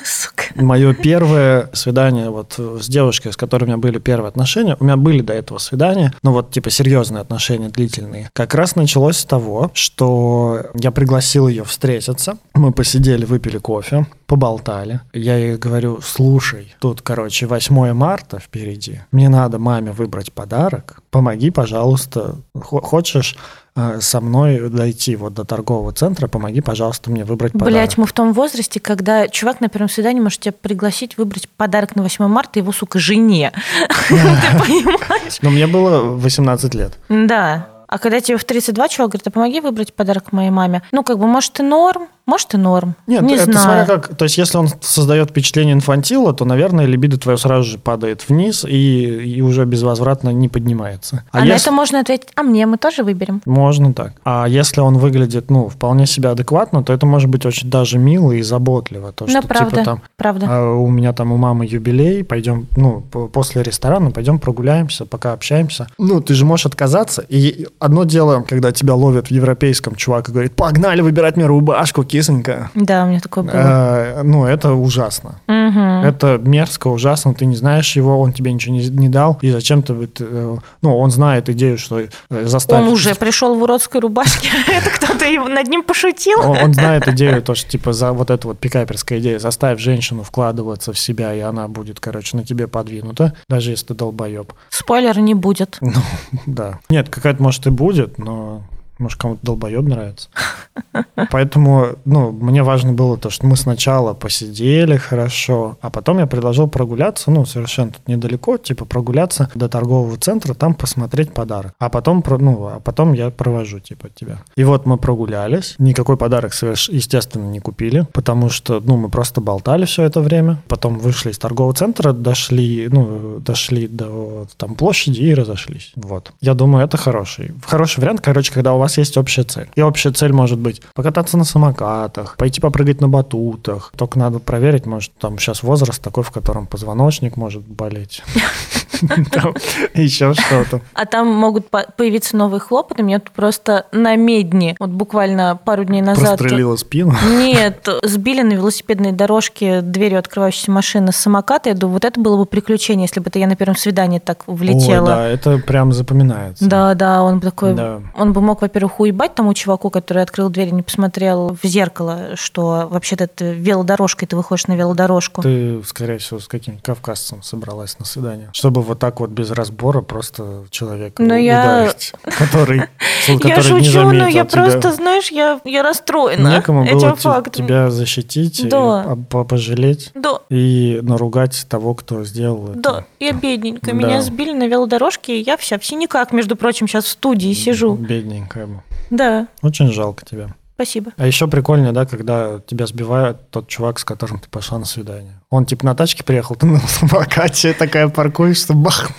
Speaker 2: Сука.
Speaker 1: Мое первое свидание вот э, с девушкой, с которой у меня были первые отношения, у меня были до этого свидания, но вот типа серьезные отношения, длительные, как раз началось с того, что я пригласил ее встретиться, мы посидели, выпили кофе, поболтали. Я ей говорю, слушай, тут, короче, 8 марта впереди, мне надо маме выбрать подарок, помоги, пожалуйста, Хо- хочешь э, со мной дойти вот до торгового центра, помоги, пожалуйста, мне выбрать подарок.
Speaker 2: Блять, мы в том возрасте, когда чувак на первом свидании может тебя пригласить выбрать подарок на 8 марта его, сука, жене. Ты понимаешь?
Speaker 1: Но мне было 18 лет.
Speaker 2: Да. А когда тебе в 32 чувак говорит, а помоги выбрать подарок моей маме. Ну, как бы, может, и норм, может, и норм.
Speaker 1: Нет,
Speaker 2: не
Speaker 1: это
Speaker 2: знаю.
Speaker 1: смотря как. То есть, если он создает впечатление инфантила, то, наверное, либидо твое сразу же падает вниз и, и уже безвозвратно не поднимается.
Speaker 2: А,
Speaker 1: А
Speaker 2: на
Speaker 1: если...
Speaker 2: это можно ответить, а мне мы тоже выберем.
Speaker 1: Можно так. А если он выглядит, ну, вполне себе адекватно, то это может быть очень даже мило и заботливо. То,
Speaker 2: Ну,
Speaker 1: что,
Speaker 2: правда,
Speaker 1: типа, там,
Speaker 2: правда.
Speaker 1: «А у меня там у мамы юбилей, пойдем, ну, п- после ресторана пойдем прогуляемся, пока общаемся. Ну, ты же можешь отказаться. И одно дело, когда тебя ловят в европейском, чувак и говорит, погнали выбирать мне рубашку, кисонька.
Speaker 2: Да, у меня такое было.
Speaker 1: Э, ну, это ужасно.
Speaker 2: Мгм.
Speaker 1: Это мерзко, ужасно, ты не знаешь его, он тебе ничего не, не дал, и зачем ты... бы ты, э, Ну, он знает идею, что э, заставить...
Speaker 2: Он уже пришел в уродской рубашке. Это кто-то его- над ним пошутил?
Speaker 1: Он, он знает идею, то, что, типа, за вот эта вот пикаперская идея, заставь женщину вкладываться в себя, и она будет, короче, на тебе подвинута, даже если ты долбоеб.
Speaker 2: Спойлер не будет.
Speaker 1: Да. Нет, какая-то, может, и будет, но... Может, кому-то долбоеб нравится. Поэтому, ну, мне важно было то, что мы сначала посидели хорошо, а потом я предложил прогуляться, ну, совершенно тут недалеко, типа прогуляться до торгового центра, там посмотреть подарок. А потом, про- ну, а потом я провожу, типа, тебя. И вот мы прогулялись, никакой подарок, соверш- естественно, не купили, потому что, ну, мы просто болтали все это время. Потом вышли из торгового центра, дошли, ну, дошли до там площади и разошлись. Вот. Я думаю, это хороший. Хороший вариант, короче, когда у вас есть общая цель. И общая цель может быть быть покататься на самокатах, пойти попрыгать на батутах. Только надо проверить, может, там сейчас возраст такой, в котором позвоночник может болеть. Еще что-то.
Speaker 2: А там могут по- появиться новые хлопоты. Меня тут просто на медне, вот буквально пару дней назад...
Speaker 1: Прострелила спину.
Speaker 2: Нет, сбили на велосипедной дорожке дверью открывающейся машины с самоката. Я думаю, вот это было бы приключение, если бы это я на первом свидании так
Speaker 1: Ой,
Speaker 2: влетела.
Speaker 1: да, это прям запоминается.
Speaker 2: Да, да, он бы такой,
Speaker 1: Да.
Speaker 2: он бы мог, во-первых, уебать тому чуваку, который открыл дверь и не посмотрел в зеркало, что вообще-то это велодорожка, и ты выходишь на велодорожку.
Speaker 1: Ты, скорее всего, с каким-нибудь кавказцем собралась на свидание. Чтобы вот так вот без разбора просто человека
Speaker 2: Ну,
Speaker 1: у-
Speaker 2: я-
Speaker 1: ударить, который, который
Speaker 2: Я
Speaker 1: не
Speaker 2: шучу,
Speaker 1: заметил
Speaker 2: но
Speaker 1: тебя.
Speaker 2: я просто, знаешь, я, я расстроена
Speaker 1: Некому
Speaker 2: этим
Speaker 1: было те-
Speaker 2: фактом.
Speaker 1: тебя защитить,
Speaker 2: Да.
Speaker 1: и по- пожалеть
Speaker 2: Да,
Speaker 1: и наругать того, кто сделал это.
Speaker 2: да, я бедненькая.
Speaker 1: Да.
Speaker 2: Меня сбили на велодорожке, и я вся в синяках, между прочим, сейчас в студии сижу.
Speaker 1: Бедненькая.
Speaker 2: Да,
Speaker 1: Очень жалко тебя.
Speaker 2: спасибо.
Speaker 1: А еще прикольно, да, когда тебя сбивает тот чувак, с которым ты пошла на свидание. Он типа на тачке приехал, ты на самокате такая паркуешься, бах.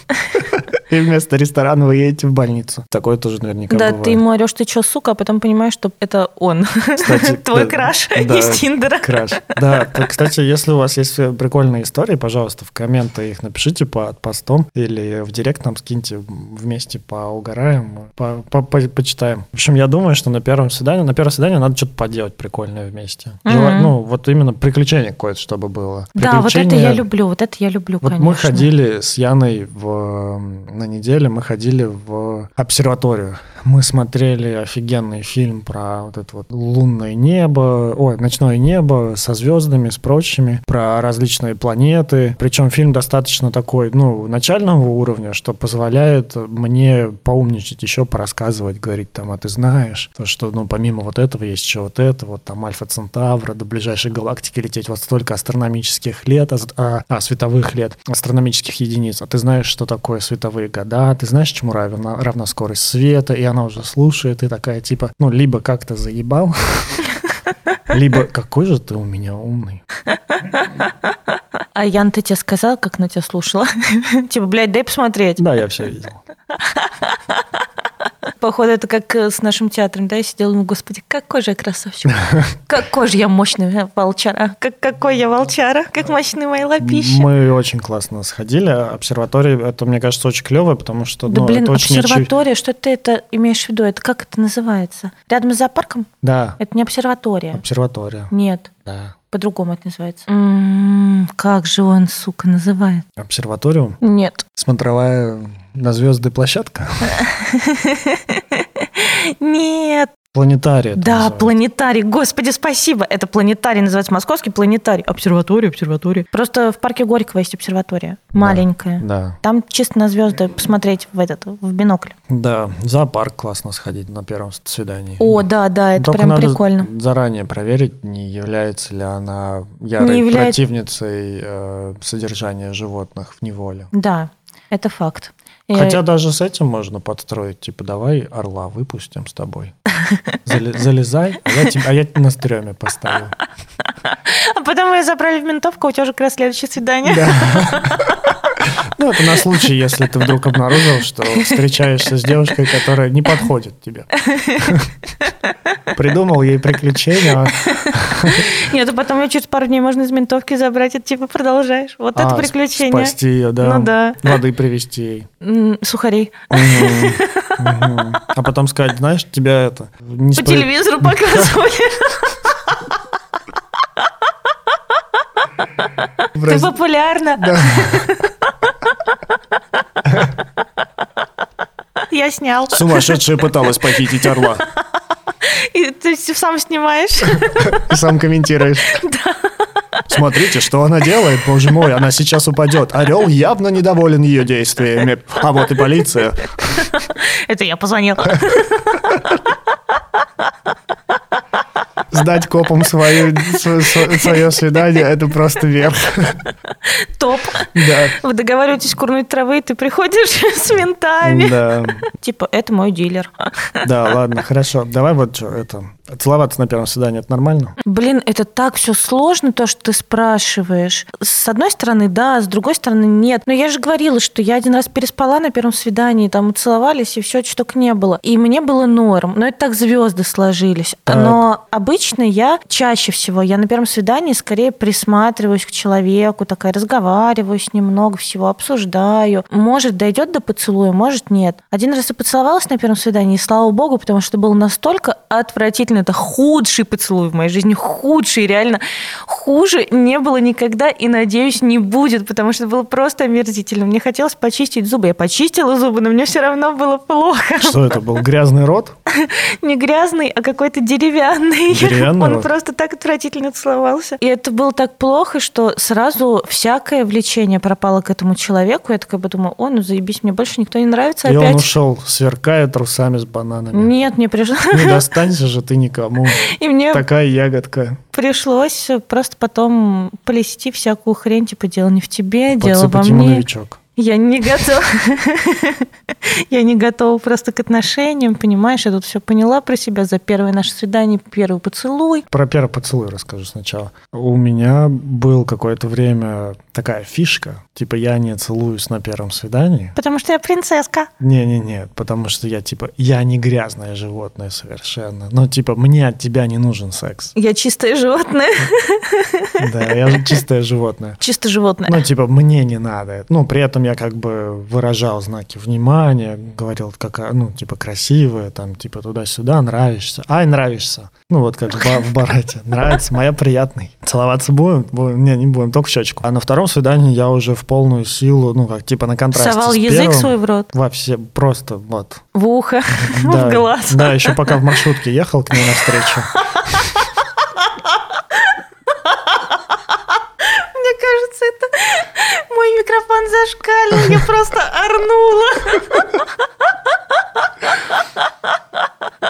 Speaker 1: И вместо ресторана вы едете в больницу. Такое тоже наверняка
Speaker 2: да,
Speaker 1: бывает.
Speaker 2: ты ему орешь, ты чё, сука, а потом понимаешь, что это он.
Speaker 1: Кстати,
Speaker 2: Твой
Speaker 1: да,
Speaker 2: краш
Speaker 1: да,
Speaker 2: из Тиндера.
Speaker 1: Краш. Да, так, кстати, если у вас есть прикольные истории, пожалуйста, в комменты их напишите под постом или в директ нам скиньте вместе поугараем, по- по- по- почитаем. В общем, я думаю, что на первом свидании, на первом свидании надо что-то поделать прикольное вместе. Жела-
Speaker 2: Мгм.
Speaker 1: Ну, вот именно приключение какое-то, чтобы было.
Speaker 2: Да, вот это
Speaker 1: Приключение-
Speaker 2: я люблю, вот это я люблю,
Speaker 1: Вот
Speaker 2: конечно.
Speaker 1: мы ходили с Яной в, э, на неделе, мы ходили в обсерваторию. Мы смотрели офигенный фильм про вот это вот лунное небо, ой, ночное небо со звездами, с прочими, про различные планеты. Причем фильм достаточно такой, ну, начального уровня, что позволяет мне поумничать еще, порассказывать, говорить там, а ты знаешь, то, что, ну, помимо вот этого есть еще вот это, вот там Альфа Центавра, до ближайшей галактики лететь вот столько астрономических лет, а, а- а, световых лет, астрономических единиц. А ты знаешь, что такое световые года, ты знаешь, чему равна, равна скорость света, и она уже слушает, и такая типа, ну, либо как-то заебал, либо какой же ты у меня умный.
Speaker 2: А Ян, ты тебе сказал, как на тебя слушала? Типа, блядь, дай посмотреть.
Speaker 1: Да, я все видел.
Speaker 2: Походу, это как э, с нашим театром, да, я сидела, думаю, господи, какой же я красавчик, какой же я мощный э, волчара, как, какой я волчара, как мощны мои лапищи.
Speaker 1: Мы очень классно сходили. Обсерватория, это, мне кажется, очень клево, потому что
Speaker 2: Да
Speaker 1: ну,
Speaker 2: блин,
Speaker 1: это очень очи-
Speaker 2: обсерватория, что ты это имеешь в виду? Это как это называется? Рядом с зоопарком?
Speaker 1: Да,
Speaker 2: Это не обсерватория.
Speaker 1: обсерватория.
Speaker 2: Нет,
Speaker 1: Да.
Speaker 2: по-другому это называется. М, М-м, Как же он, сука, называет?
Speaker 1: Обсерваториум.
Speaker 2: Нет.
Speaker 1: Смотровая на звезды площадка.
Speaker 2: Нет.
Speaker 1: Планетария. это
Speaker 2: Да,
Speaker 1: называется.
Speaker 2: планетарий. Господи, спасибо. Это планетарий называется московский планетарий. Обсерватория, обсерватория. Просто в парке Горького есть обсерватория. Маленькая.
Speaker 1: Да.
Speaker 2: Там чисто на звезды посмотреть в этот, в бинокль.
Speaker 1: Да, в зоопарк классно сходить на первом свидании.
Speaker 2: О, да, да, это
Speaker 1: Только
Speaker 2: прям
Speaker 1: надо
Speaker 2: прикольно.
Speaker 1: заранее проверить, не является ли она ярой
Speaker 2: Не являет-
Speaker 1: противницей э, содержания животных в неволе.
Speaker 2: Да, это факт. Э,
Speaker 1: Хотя даже с этим можно подстроить, типа, давай орла выпустим с тобой. Зали- Залезай, а я, тебя, а я тебя на стреме поставлю.
Speaker 2: А потом ее забрали в ментовку, у тебя уже как раз следующее свидание.
Speaker 1: Ну, это на случай, если ты вдруг обнаружил, что встречаешься с девушкой, которая не подходит тебе. Придумал ей приключения. а-
Speaker 2: Нет, а потом ее через пару дней можно из ментовки забрать, и ты типа продолжаешь. Вот это
Speaker 1: а,
Speaker 2: приключение.
Speaker 1: Спасти ее, да.
Speaker 2: Ну да.
Speaker 1: Воды привезти ей.
Speaker 2: М, Сухарей.
Speaker 1: Мгм. Мгм. А потом сказать, знаешь, тебя это... не
Speaker 2: По
Speaker 1: спро-
Speaker 2: телевизору показывали. Ты
Speaker 1: враз-
Speaker 2: популярна. Я снял.
Speaker 1: Сумасшедшая пыталась похитить орла.
Speaker 2: И ты сам снимаешь.
Speaker 1: И сам комментируешь. Смотрите, что она делает, боже мой, она сейчас упадет. Орел явно недоволен ее действиями. А вот и полиция.
Speaker 2: Это я позвонила.
Speaker 1: Сдать копам свое, свое свидание, это просто верх.
Speaker 2: стоп. Вы договариваетесь курнуть травы, и ты приходишь с ментами.
Speaker 1: Да,
Speaker 2: Типа, это мой дилер.
Speaker 1: да, ладно, хорошо. Давай вот что, это, целоваться на первом свидании, это нормально?
Speaker 2: Блин, это так все сложно, то, что ты спрашиваешь. С одной стороны, да, а с другой стороны, нет. Но я же говорила, что я один раз переспала на первом свидании, там целовались, и все, что только не было. И мне было норм. Но это так звезды сложились. Ну,
Speaker 1: Так.
Speaker 2: Но обычно я чаще всего, я на первом свидании скорее присматриваюсь к человеку, такая разговариваю с ним, много всего обсуждаю. Может, дойдет до поцелуя, может, нет. Один раз я поцеловалась на первом свидании, и слава богу, потому что было настолько отвратительно. Это худший поцелуй в моей жизни, худший, реально. Хуже не было никогда и, надеюсь, не будет, потому что было просто омерзительно. Мне хотелось почистить зубы. Я почистила зубы, но мне все равно было плохо.
Speaker 1: Что это был, грязный рот?
Speaker 2: Не грязный, а какой-то деревянный.
Speaker 1: Деревянный
Speaker 2: Он
Speaker 1: вот.
Speaker 2: просто так отвратительно целовался. И это было так плохо, что сразу всякое влечение пропало к этому человеку. Я такая подумала, о, ну заебись, мне больше никто не нравится
Speaker 1: И он
Speaker 2: опять.
Speaker 1: ушел, сверкая трусами с бананами.
Speaker 2: Нет, мне пришло.
Speaker 1: Не достанься же ты никому.
Speaker 2: И мне
Speaker 1: Такая ягодка.
Speaker 2: пришлось просто потом плести всякую хрень, типа дело не в тебе, дело во
Speaker 1: Подсыпать ему
Speaker 2: мне.
Speaker 1: новичок.
Speaker 2: Я не готова. Я не готова просто к отношениям, понимаешь? Я тут все поняла про себя за первое наше свидание, первый поцелуй.
Speaker 1: Про первый поцелуй расскажу сначала. У меня был какое-то время такая фишка, типа я не целуюсь на первом свидании.
Speaker 2: Потому что я принцесска.
Speaker 1: Не-не-не, потому что я типа, я не грязное животное совершенно. Ну, типа, мне от тебя не нужен секс.
Speaker 2: Я чистое животное.
Speaker 1: Да, я же чистое животное.
Speaker 2: Чисто животное.
Speaker 1: Ну, типа, мне не надо. Ну, при этом я как бы выражал знаки внимания, говорил, какая, ну, типа, красивая, там, типа, туда-сюда, нравишься. Ай, нравишься. Ну, вот как в ба- в барате. Нравится, моя приятный. Целоваться будем? Будем. Не, не будем, только в щечку. А на втором свидании я уже в полную силу, ну, как, типа, на контрасте
Speaker 2: Совал
Speaker 1: с
Speaker 2: язык
Speaker 1: первым.
Speaker 2: свой в рот,
Speaker 1: Вообще, просто, вот.
Speaker 2: в ухо, в глаз.
Speaker 1: Да, еще пока в маршрутке ехал к ней навстречу.
Speaker 2: Мне кажется, это мой микрофон зашкалил, я просто орнула.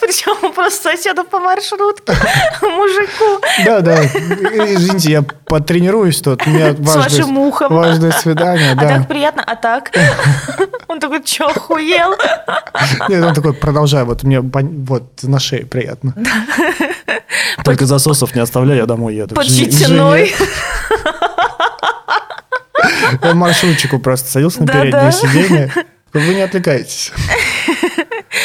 Speaker 2: Причем просто соседу по маршрутке, мужику
Speaker 1: Да, да. Извините, я потренируюсь тут. У меня
Speaker 2: с вашим
Speaker 1: важное,
Speaker 2: ухом.
Speaker 1: важное свидание,
Speaker 2: А так
Speaker 1: да.
Speaker 2: приятно, а так? Он такой, че, охуел?
Speaker 1: Нет, он такой, продолжай, вот мне пон- вот на шее приятно. Только засосов не оставляй, я домой еду.
Speaker 2: Под
Speaker 1: К жен- к
Speaker 2: щетиной.
Speaker 1: жене. Я в маршрутчику просто садился на
Speaker 2: Да,
Speaker 1: переднее
Speaker 2: да.
Speaker 1: сиденье. Вы не отвлекайтесь.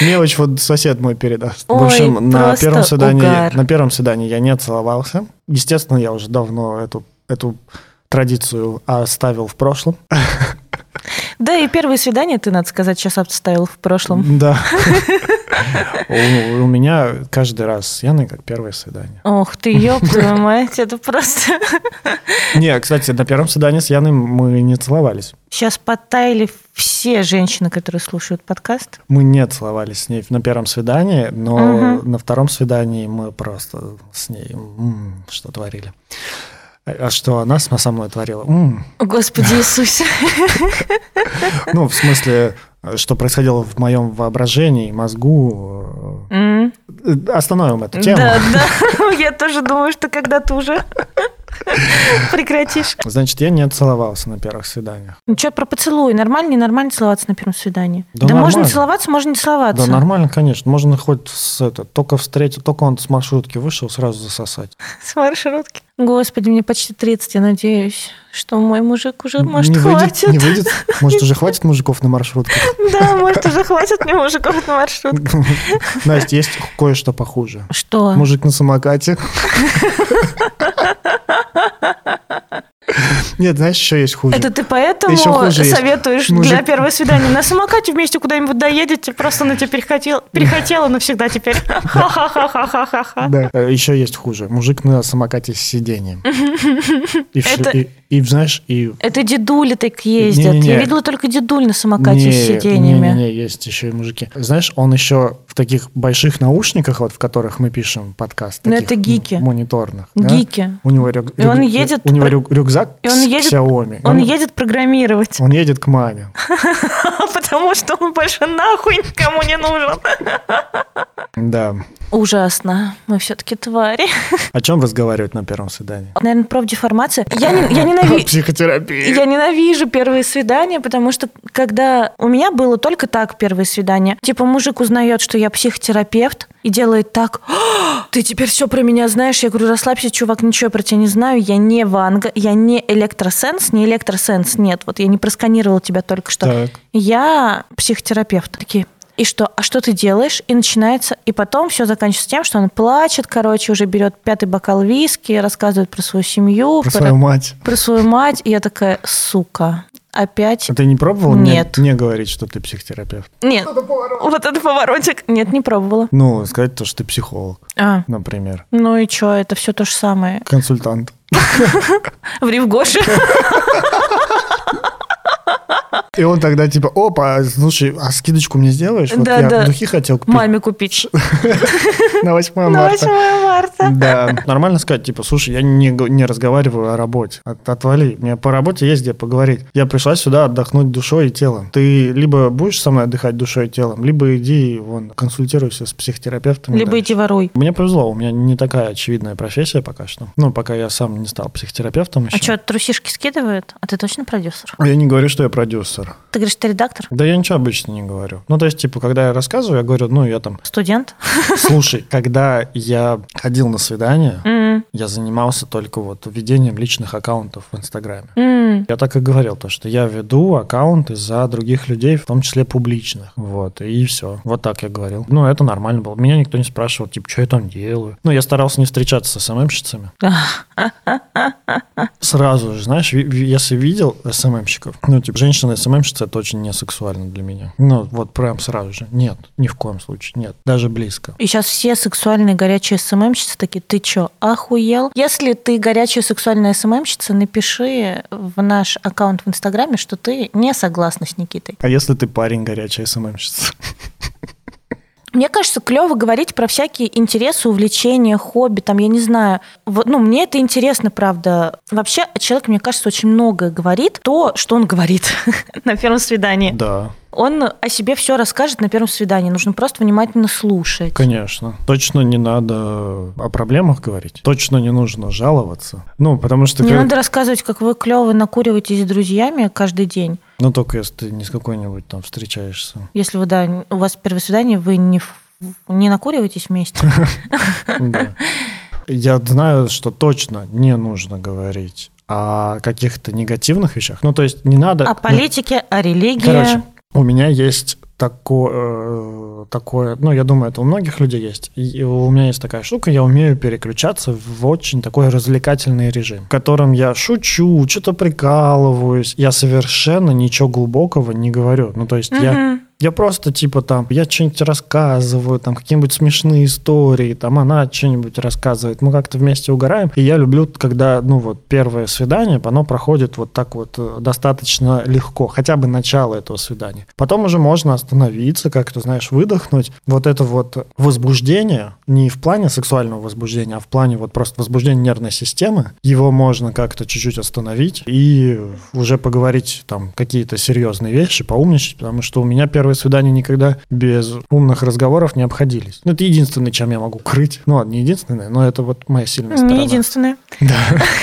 Speaker 1: Мелочь вот сосед мой передаст. в
Speaker 2: Ой,
Speaker 1: общем, на
Speaker 2: просто
Speaker 1: первом, свидании,
Speaker 2: угар.
Speaker 1: на первом свидании я не целовался. Естественно, я уже давно эту, эту традицию оставил в прошлом.
Speaker 2: Да и первое свидание, ты, надо сказать, сейчас обставил в прошлом.
Speaker 1: Да. У у меня каждый раз с Яной как первое свидание.
Speaker 2: Ох ты, ёб твою мать, это просто...
Speaker 1: Не, кстати, на первом свидании с Яной мы не целовались.
Speaker 2: Сейчас подтаяли все женщины, которые слушают подкаст.
Speaker 1: Мы не целовались с ней на первом свидании, но
Speaker 2: Мгм.
Speaker 1: на втором свидании мы просто с ней м, что творили. А что она с- со мной творила? М.
Speaker 2: Господи Иисусе.
Speaker 1: Ну, в смысле, что происходило в моем воображении, мозгу.
Speaker 2: М.
Speaker 1: Э, Остановим эту тему.
Speaker 2: Да, да. Я тоже думаю, что когда-то уже прекратишь.
Speaker 1: Значит, я не целовался на первых свиданиях.
Speaker 2: Ну что, про поцелуй. Нормально, ненормально целоваться на первом свидании?
Speaker 1: Да
Speaker 2: Да, можно
Speaker 1: нормально.
Speaker 2: целоваться, можно не
Speaker 1: Да,
Speaker 2: целоваться.
Speaker 1: нормально, конечно. Можно хоть с это, только встретить, только он с маршрутки вышел, сразу засосать.
Speaker 2: С маршрутки. Господи, мне почти 30, я надеюсь, что мой мужик уже, может,
Speaker 1: не
Speaker 2: хватит.
Speaker 1: Выйдет, не выйдет. Может, уже хватит мужиков на маршрутке?
Speaker 2: Да, может, уже хватит мне мужиков на маршрутке.
Speaker 1: Настя, есть кое-что похуже.
Speaker 2: Что?
Speaker 1: Мужик на самокате. Нет, знаешь, еще есть хуже.
Speaker 2: Это ты поэтому
Speaker 1: Ещё хуже есть.
Speaker 2: советуешь для
Speaker 1: Мужик-
Speaker 2: первого свидания на самокате вместе куда-нибудь доедете, просто на тебя перехотел, перехотела навсегда теперь. Ха-ха-ха-ха-ха-ха.
Speaker 1: Да. Еще есть хуже. Мужик на самокате с сиденьем. И, в шле-
Speaker 2: Это-
Speaker 1: и- и, знаешь, и...
Speaker 2: Это дедули так ездят.
Speaker 1: Не-не-не.
Speaker 2: Я видела только дедуль на самокате с
Speaker 1: Не,
Speaker 2: сиденьями.
Speaker 1: не-не-не, есть еще и мужики. Знаешь, он еще в таких больших наушниках, вот в которых мы пишем подкаст.
Speaker 2: Ну,
Speaker 1: таких
Speaker 2: это гики.
Speaker 1: м- Мониторных. да?
Speaker 2: Гики.
Speaker 1: У него, рюк-
Speaker 2: И он
Speaker 1: рюк-
Speaker 2: едет
Speaker 1: у него
Speaker 2: про-
Speaker 1: рюк- рюкзак
Speaker 2: и он
Speaker 1: с
Speaker 2: едет-
Speaker 1: Xiaomi.
Speaker 2: Он едет программировать,
Speaker 1: он едет к маме.
Speaker 2: потому что он больше нахуй никому не нужен.
Speaker 1: Да.
Speaker 2: Ужасно. Мы все-таки твари.
Speaker 1: О чем разговаривать на первом свидании?
Speaker 2: Наверное, профдеформация. Я, не, я ненави-
Speaker 1: Психотерапия.
Speaker 2: Я ненавижу первые свидания, потому что когда у меня было только так первое свидание, типа мужик узнает, что я психотерапевт, и делает так, «А, ты теперь все про меня знаешь. Я говорю, расслабься, чувак, ничего я про тебя не знаю. Я не Ванга, я не электросенс, не электросенс, нет. Вот я не просканировала тебя только что.
Speaker 1: Так.
Speaker 2: Я психотерапевт. Такие, и что? А что ты делаешь? И начинается, и потом все заканчивается тем, что он плачет, короче, уже берет пятый бокал виски, рассказывает про свою семью,
Speaker 1: Про свою мать.
Speaker 2: про свою мать, и я такая, сука, опять.
Speaker 1: А ты не пробовал мне-
Speaker 2: Нет.
Speaker 1: мне говорить, что ты психотерапевт?
Speaker 2: Нет, вот это поворотик. Нет, не пробовала.
Speaker 1: Ну, сказать то, что ты психолог,
Speaker 2: А,
Speaker 1: например.
Speaker 2: ну и что, это все то же самое.
Speaker 1: Консультант.
Speaker 2: В Ривгоше.
Speaker 1: И он тогда типа, опа, слушай, а скидочку мне сделаешь? Вот
Speaker 2: Да,
Speaker 1: я
Speaker 2: да.
Speaker 1: духи хотел купить
Speaker 2: маме купить.
Speaker 1: на 8
Speaker 2: На
Speaker 1: марта.
Speaker 2: 8 марта.
Speaker 1: Да, нормально сказать, типа, слушай, я не, г- не разговариваю о работе. От- отвали, мне по работе есть где поговорить. Я пришла сюда отдохнуть душой и телом. Ты либо будешь со мной отдыхать душой и телом, либо иди, вон, консультируйся с психотерапевтом.
Speaker 2: Либо иди воруй. А
Speaker 1: Мне повезло, у меня не такая очевидная профессия пока что. Ну, пока я сам не стал психотерапевтом еще.
Speaker 2: А что, трусишки скидывают? А ты точно продюсер?
Speaker 1: Я не говорю, что я продюсер.
Speaker 2: Ты говоришь, ты редактор?
Speaker 1: Да я ничего обычно не говорю. Ну, то есть, типа, когда я рассказываю, я говорю, ну, я там...
Speaker 2: Студент?
Speaker 1: Слушай, когда я ходил на свидание,
Speaker 2: М,
Speaker 1: я занимался только вот введением личных аккаунтов в Инстаграме.
Speaker 2: м.
Speaker 1: Я так и говорил, то, что я веду аккаунты за других людей, в том числе публичных. Вот, и все. Вот так я говорил. Ну, это нормально было. Меня никто не спрашивал, типа, что я там делаю. Ну, я старался не встречаться с СММщицами. Сразу же, знаешь, ви- ви- если видел СММщиков, ну, типа, женщина-СММщица, это очень не сексуально для меня. Ну, вот прям сразу же. Нет, ни в коем случае, нет. Даже близко.
Speaker 2: И сейчас все сексуальные горячие СММщицы такие, ты чё, охуел? Если ты горячая сексуальная СММщица, напиши в наш аккаунт в Инстаграме, что ты не согласна с Никитой.
Speaker 1: А если ты парень горячая СММщица?
Speaker 2: Мне кажется, клево говорить про всякие интересы, увлечения, хобби, там, я не знаю. Вот, ну, мне это интересно, правда. Вообще, человек, мне кажется, очень многое говорит. То, что он говорит на первом свидании.
Speaker 1: Да,
Speaker 2: Он о себе все расскажет на первом свидании. Нужно просто внимательно слушать.
Speaker 1: Конечно. Точно не надо о проблемах говорить. Точно не нужно жаловаться. Ну, потому что...
Speaker 2: не
Speaker 1: как-
Speaker 2: надо рассказывать, как вы клево накуриваетесь с друзьями каждый день.
Speaker 1: Ну, только если ты не с какой-нибудь там встречаешься.
Speaker 2: Если вы, да, у вас первое свидание, вы не, ф- не накуриваетесь вместе.
Speaker 1: Да. Я знаю, что точно не нужно говорить о каких-то негативных вещах. Ну, то есть не надо...
Speaker 2: О политике, о
Speaker 1: Ну, Короче,
Speaker 2: религии.
Speaker 1: у меня есть такое, э, такое, ну, я думаю, это у многих людей есть. И у меня есть такая штука, я умею переключаться в очень такой развлекательный режим, в котором я шучу, что-то прикалываюсь, я совершенно ничего глубокого не говорю. Ну, то есть я
Speaker 2: Мгм.
Speaker 1: я просто типа там, я что-нибудь рассказываю, там какие-нибудь смешные истории, там она что-нибудь рассказывает, мы как-то вместе угораем. И я люблю, когда, ну вот, первое свидание, оно проходит вот так вот э, достаточно легко, хотя бы начало этого свидания. Потом уже можно остановиться, как-то, знаешь, выдохнуть. Вот это вот возбуждение, не в плане сексуального возбуждения, а в плане вот просто возбуждения нервной системы, его можно как-то чуть-чуть остановить и уже поговорить там какие-то серьезные вещи, поумничать, потому что у меня первые свидания никогда без умных разговоров не обходились. Ну, это единственное, чем я могу крыть. Ну, ладно, не единственное, но это вот моя сильная сторона.
Speaker 2: Не единственное.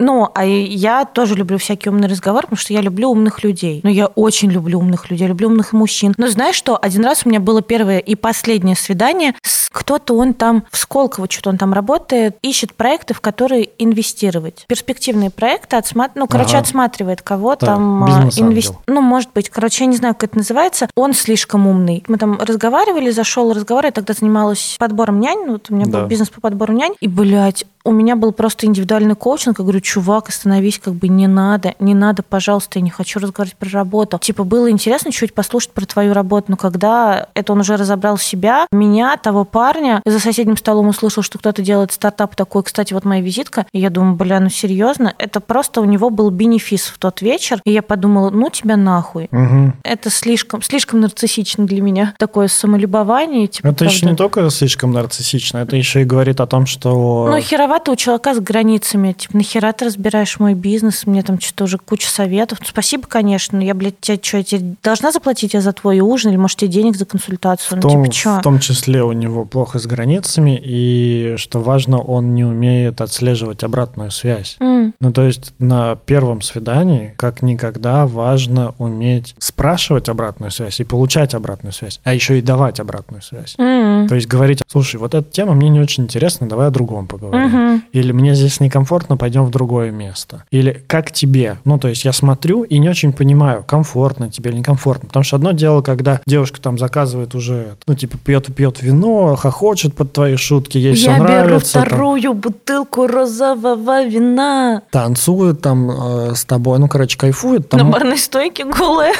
Speaker 2: Ну, а и я тоже люблю всякие умные разговоры, потому что я люблю умных людей. Но я очень люблю умных людей, люблю умных мужчин. Но знаешь что? Один раз у меня было первое и последнее свидание с кто-то, он там в Сколково, что-то он там работает, ищет проекты, в которые инвестировать. Перспективные проекты, отсма- ну, короче,
Speaker 1: Ага.
Speaker 2: отсматривает кого
Speaker 1: Так,
Speaker 2: там
Speaker 1: бизнес-ангел.
Speaker 2: инвестировать. Ну, может быть, короче, я не знаю, как это называется. Он слишком умный. Мы там разговаривали, зашел разговор, я тогда занималась подбором нянь, вот у меня
Speaker 1: Да.
Speaker 2: был бизнес по подбору нянь, и, блядь, у меня был просто индивидуальный коучинг, я говорю, чувак, остановись, как бы не надо, не надо, пожалуйста, я не хочу разговаривать про работу. Типа, было интересно чуть послушать про твою работу, но когда это он уже разобрал себя, меня, того парня, за соседним столом услышал, что кто-то делает стартап такой, кстати, вот моя визитка, и я думаю, бля, ну серьезно, это просто у него был бенефис в тот вечер, и я подумала, ну тебя нахуй.
Speaker 1: Мгм.
Speaker 2: Это слишком, слишком нарциссично для меня. Такое самолюбование. Типа,
Speaker 1: Это еще
Speaker 2: правда.
Speaker 1: не только слишком нарциссично, это еще и говорит о том, что...
Speaker 2: Ну, херовато у человека с границами. Типа, хера ты разбираешь мой бизнес, мне там что-то уже куча советов. Ну, спасибо, конечно, но я, блядь, тебе что, я тебе должна заплатить я за твой ужин или, может, тебе денег за консультацию?
Speaker 1: В
Speaker 2: ну,
Speaker 1: том,
Speaker 2: типа, чё?
Speaker 1: в том числе у него плохо с границами, и что важно, он не умеет отслеживать обратную связь.
Speaker 2: М,
Speaker 1: Ну, то есть на первом свидании, как никогда, важно уметь спрашивать обратную связь и получать обратную связь, а еще и давать обратную связь.
Speaker 2: м,
Speaker 1: То есть говорить, слушай, вот эта тема мне не очень интересна, давай о другом поговорим.
Speaker 2: мгм.
Speaker 1: Или мне здесь некомфортно, пойдем в другое место. Или как тебе? Ну, то есть я смотрю и не очень понимаю, комфортно тебе или некомфортно. Потому что одно дело, когда девушка там заказывает уже, ну, типа, пьет и пьет вино, хохочет под твои шутки, ей все
Speaker 2: Я беру
Speaker 1: нравится. там,
Speaker 2: вторую бутылку розового вина.
Speaker 1: танцует там э, с тобой, ну, короче, кайфует.
Speaker 2: На
Speaker 1: Там,
Speaker 2: барной стойке голая.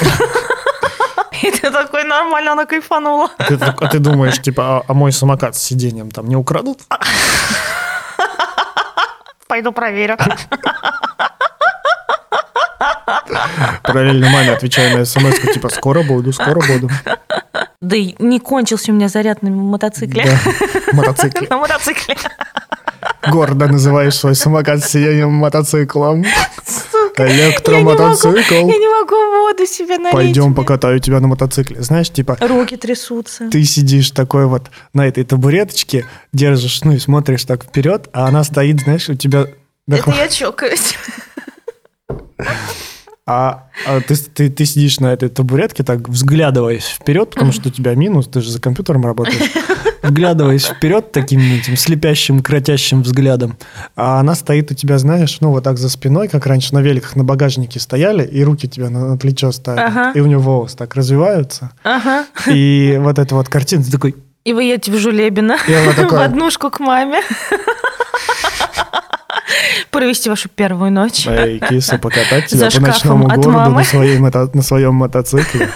Speaker 2: И ты такой, нормально, она кайфанула.
Speaker 1: ты, так- а ты думаешь, типа, а, а мой самокат с сиденьем там не украдут?
Speaker 2: Пойду проверю.
Speaker 1: Параллельно маме отвечаю на смс типа, скоро буду, скоро буду.
Speaker 2: Да и не кончился у меня заряд на мотоцикле.
Speaker 1: Да. Мотоцикле.
Speaker 2: На мотоцикле.
Speaker 1: Гордо называешь свой самокат с сиденьем мотоциклом.
Speaker 2: Сука. Я не могу,
Speaker 1: Электромотоцикл.
Speaker 2: я не могу воду себе налить.
Speaker 1: Пойдем покатаю тебя на мотоцикле. Знаешь, типа,
Speaker 2: Руки трясутся.
Speaker 1: ты сидишь такой вот на этой табуреточке, держишь, ну и смотришь так вперед, а она стоит, знаешь, у тебя... на
Speaker 2: Это
Speaker 1: хва-
Speaker 2: я чокаюсь.
Speaker 1: А, а ты, ты, ты сидишь на этой табуретке, так взглядываясь вперед, потому что у тебя минус, ты же за компьютером работаешь. Вглядываясь вперед таким этим слепящим, кротящим взглядом. А она стоит у тебя, знаешь, ну вот так за спиной, как раньше на великах на багажнике стояли, и руки у тебя на, на плечо ставят,
Speaker 2: Ага.
Speaker 1: и у нее волосы так развиваются.
Speaker 2: Ага.
Speaker 1: И вот эта вот картина, ты такой,
Speaker 2: И вы едете в Жулебино.
Speaker 1: И она
Speaker 2: В
Speaker 1: такая,
Speaker 2: однушку к маме. Провести вашу первую ночь.
Speaker 1: эй, киса, покатать
Speaker 2: За
Speaker 1: тебя по
Speaker 2: шкафом
Speaker 1: ночному
Speaker 2: от
Speaker 1: городу на,
Speaker 2: мамы».
Speaker 1: своей мото- на своем мотоцикле.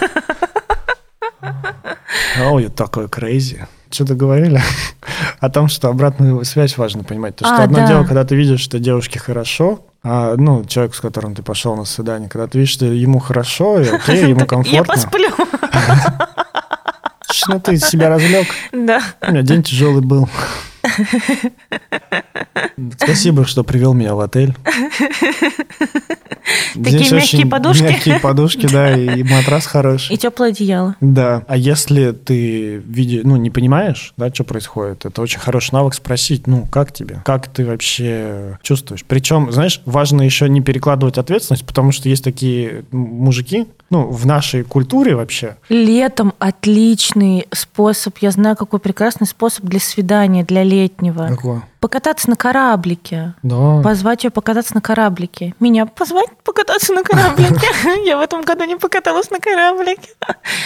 Speaker 1: Ой, это такое crazy. Что-то говорили о том, что обратную связь важно понимать. Потому что
Speaker 2: А,
Speaker 1: одно
Speaker 2: да.
Speaker 1: дело, когда ты видишь, что девушке хорошо, а, ну, человек, с которым ты пошел на свидание, когда ты видишь, что ему хорошо, и окей, ему
Speaker 2: Я
Speaker 1: комфортно.
Speaker 2: посплю.
Speaker 1: Ну, ты себя развлек.
Speaker 2: Да.
Speaker 1: У меня день тяжелый был. Спасибо, что привел меня в отель.
Speaker 2: Такие
Speaker 1: Здесь
Speaker 2: мягкие
Speaker 1: очень
Speaker 2: подушки.
Speaker 1: Мягкие подушки, да, и матрас
Speaker 2: И
Speaker 1: хороший.
Speaker 2: теплое одеяло.
Speaker 1: Да. А если ты види, ну, не понимаешь, да, что происходит, это очень хороший навык спросить, ну, как тебе? Как ты вообще чувствуешь? Причем, знаешь, важно еще не перекладывать ответственность, потому что есть такие м, мужики, ну, в нашей культуре вообще,
Speaker 2: Летом отличный способ, я знаю, какой прекрасный способ для свидания, для летнего.
Speaker 1: Какого?
Speaker 2: Покататься на кораблике.
Speaker 1: Да.
Speaker 2: Позвать ее покататься на кораблике. Меня позвать покататься на кораблике. Я в этом году не покаталась на кораблике.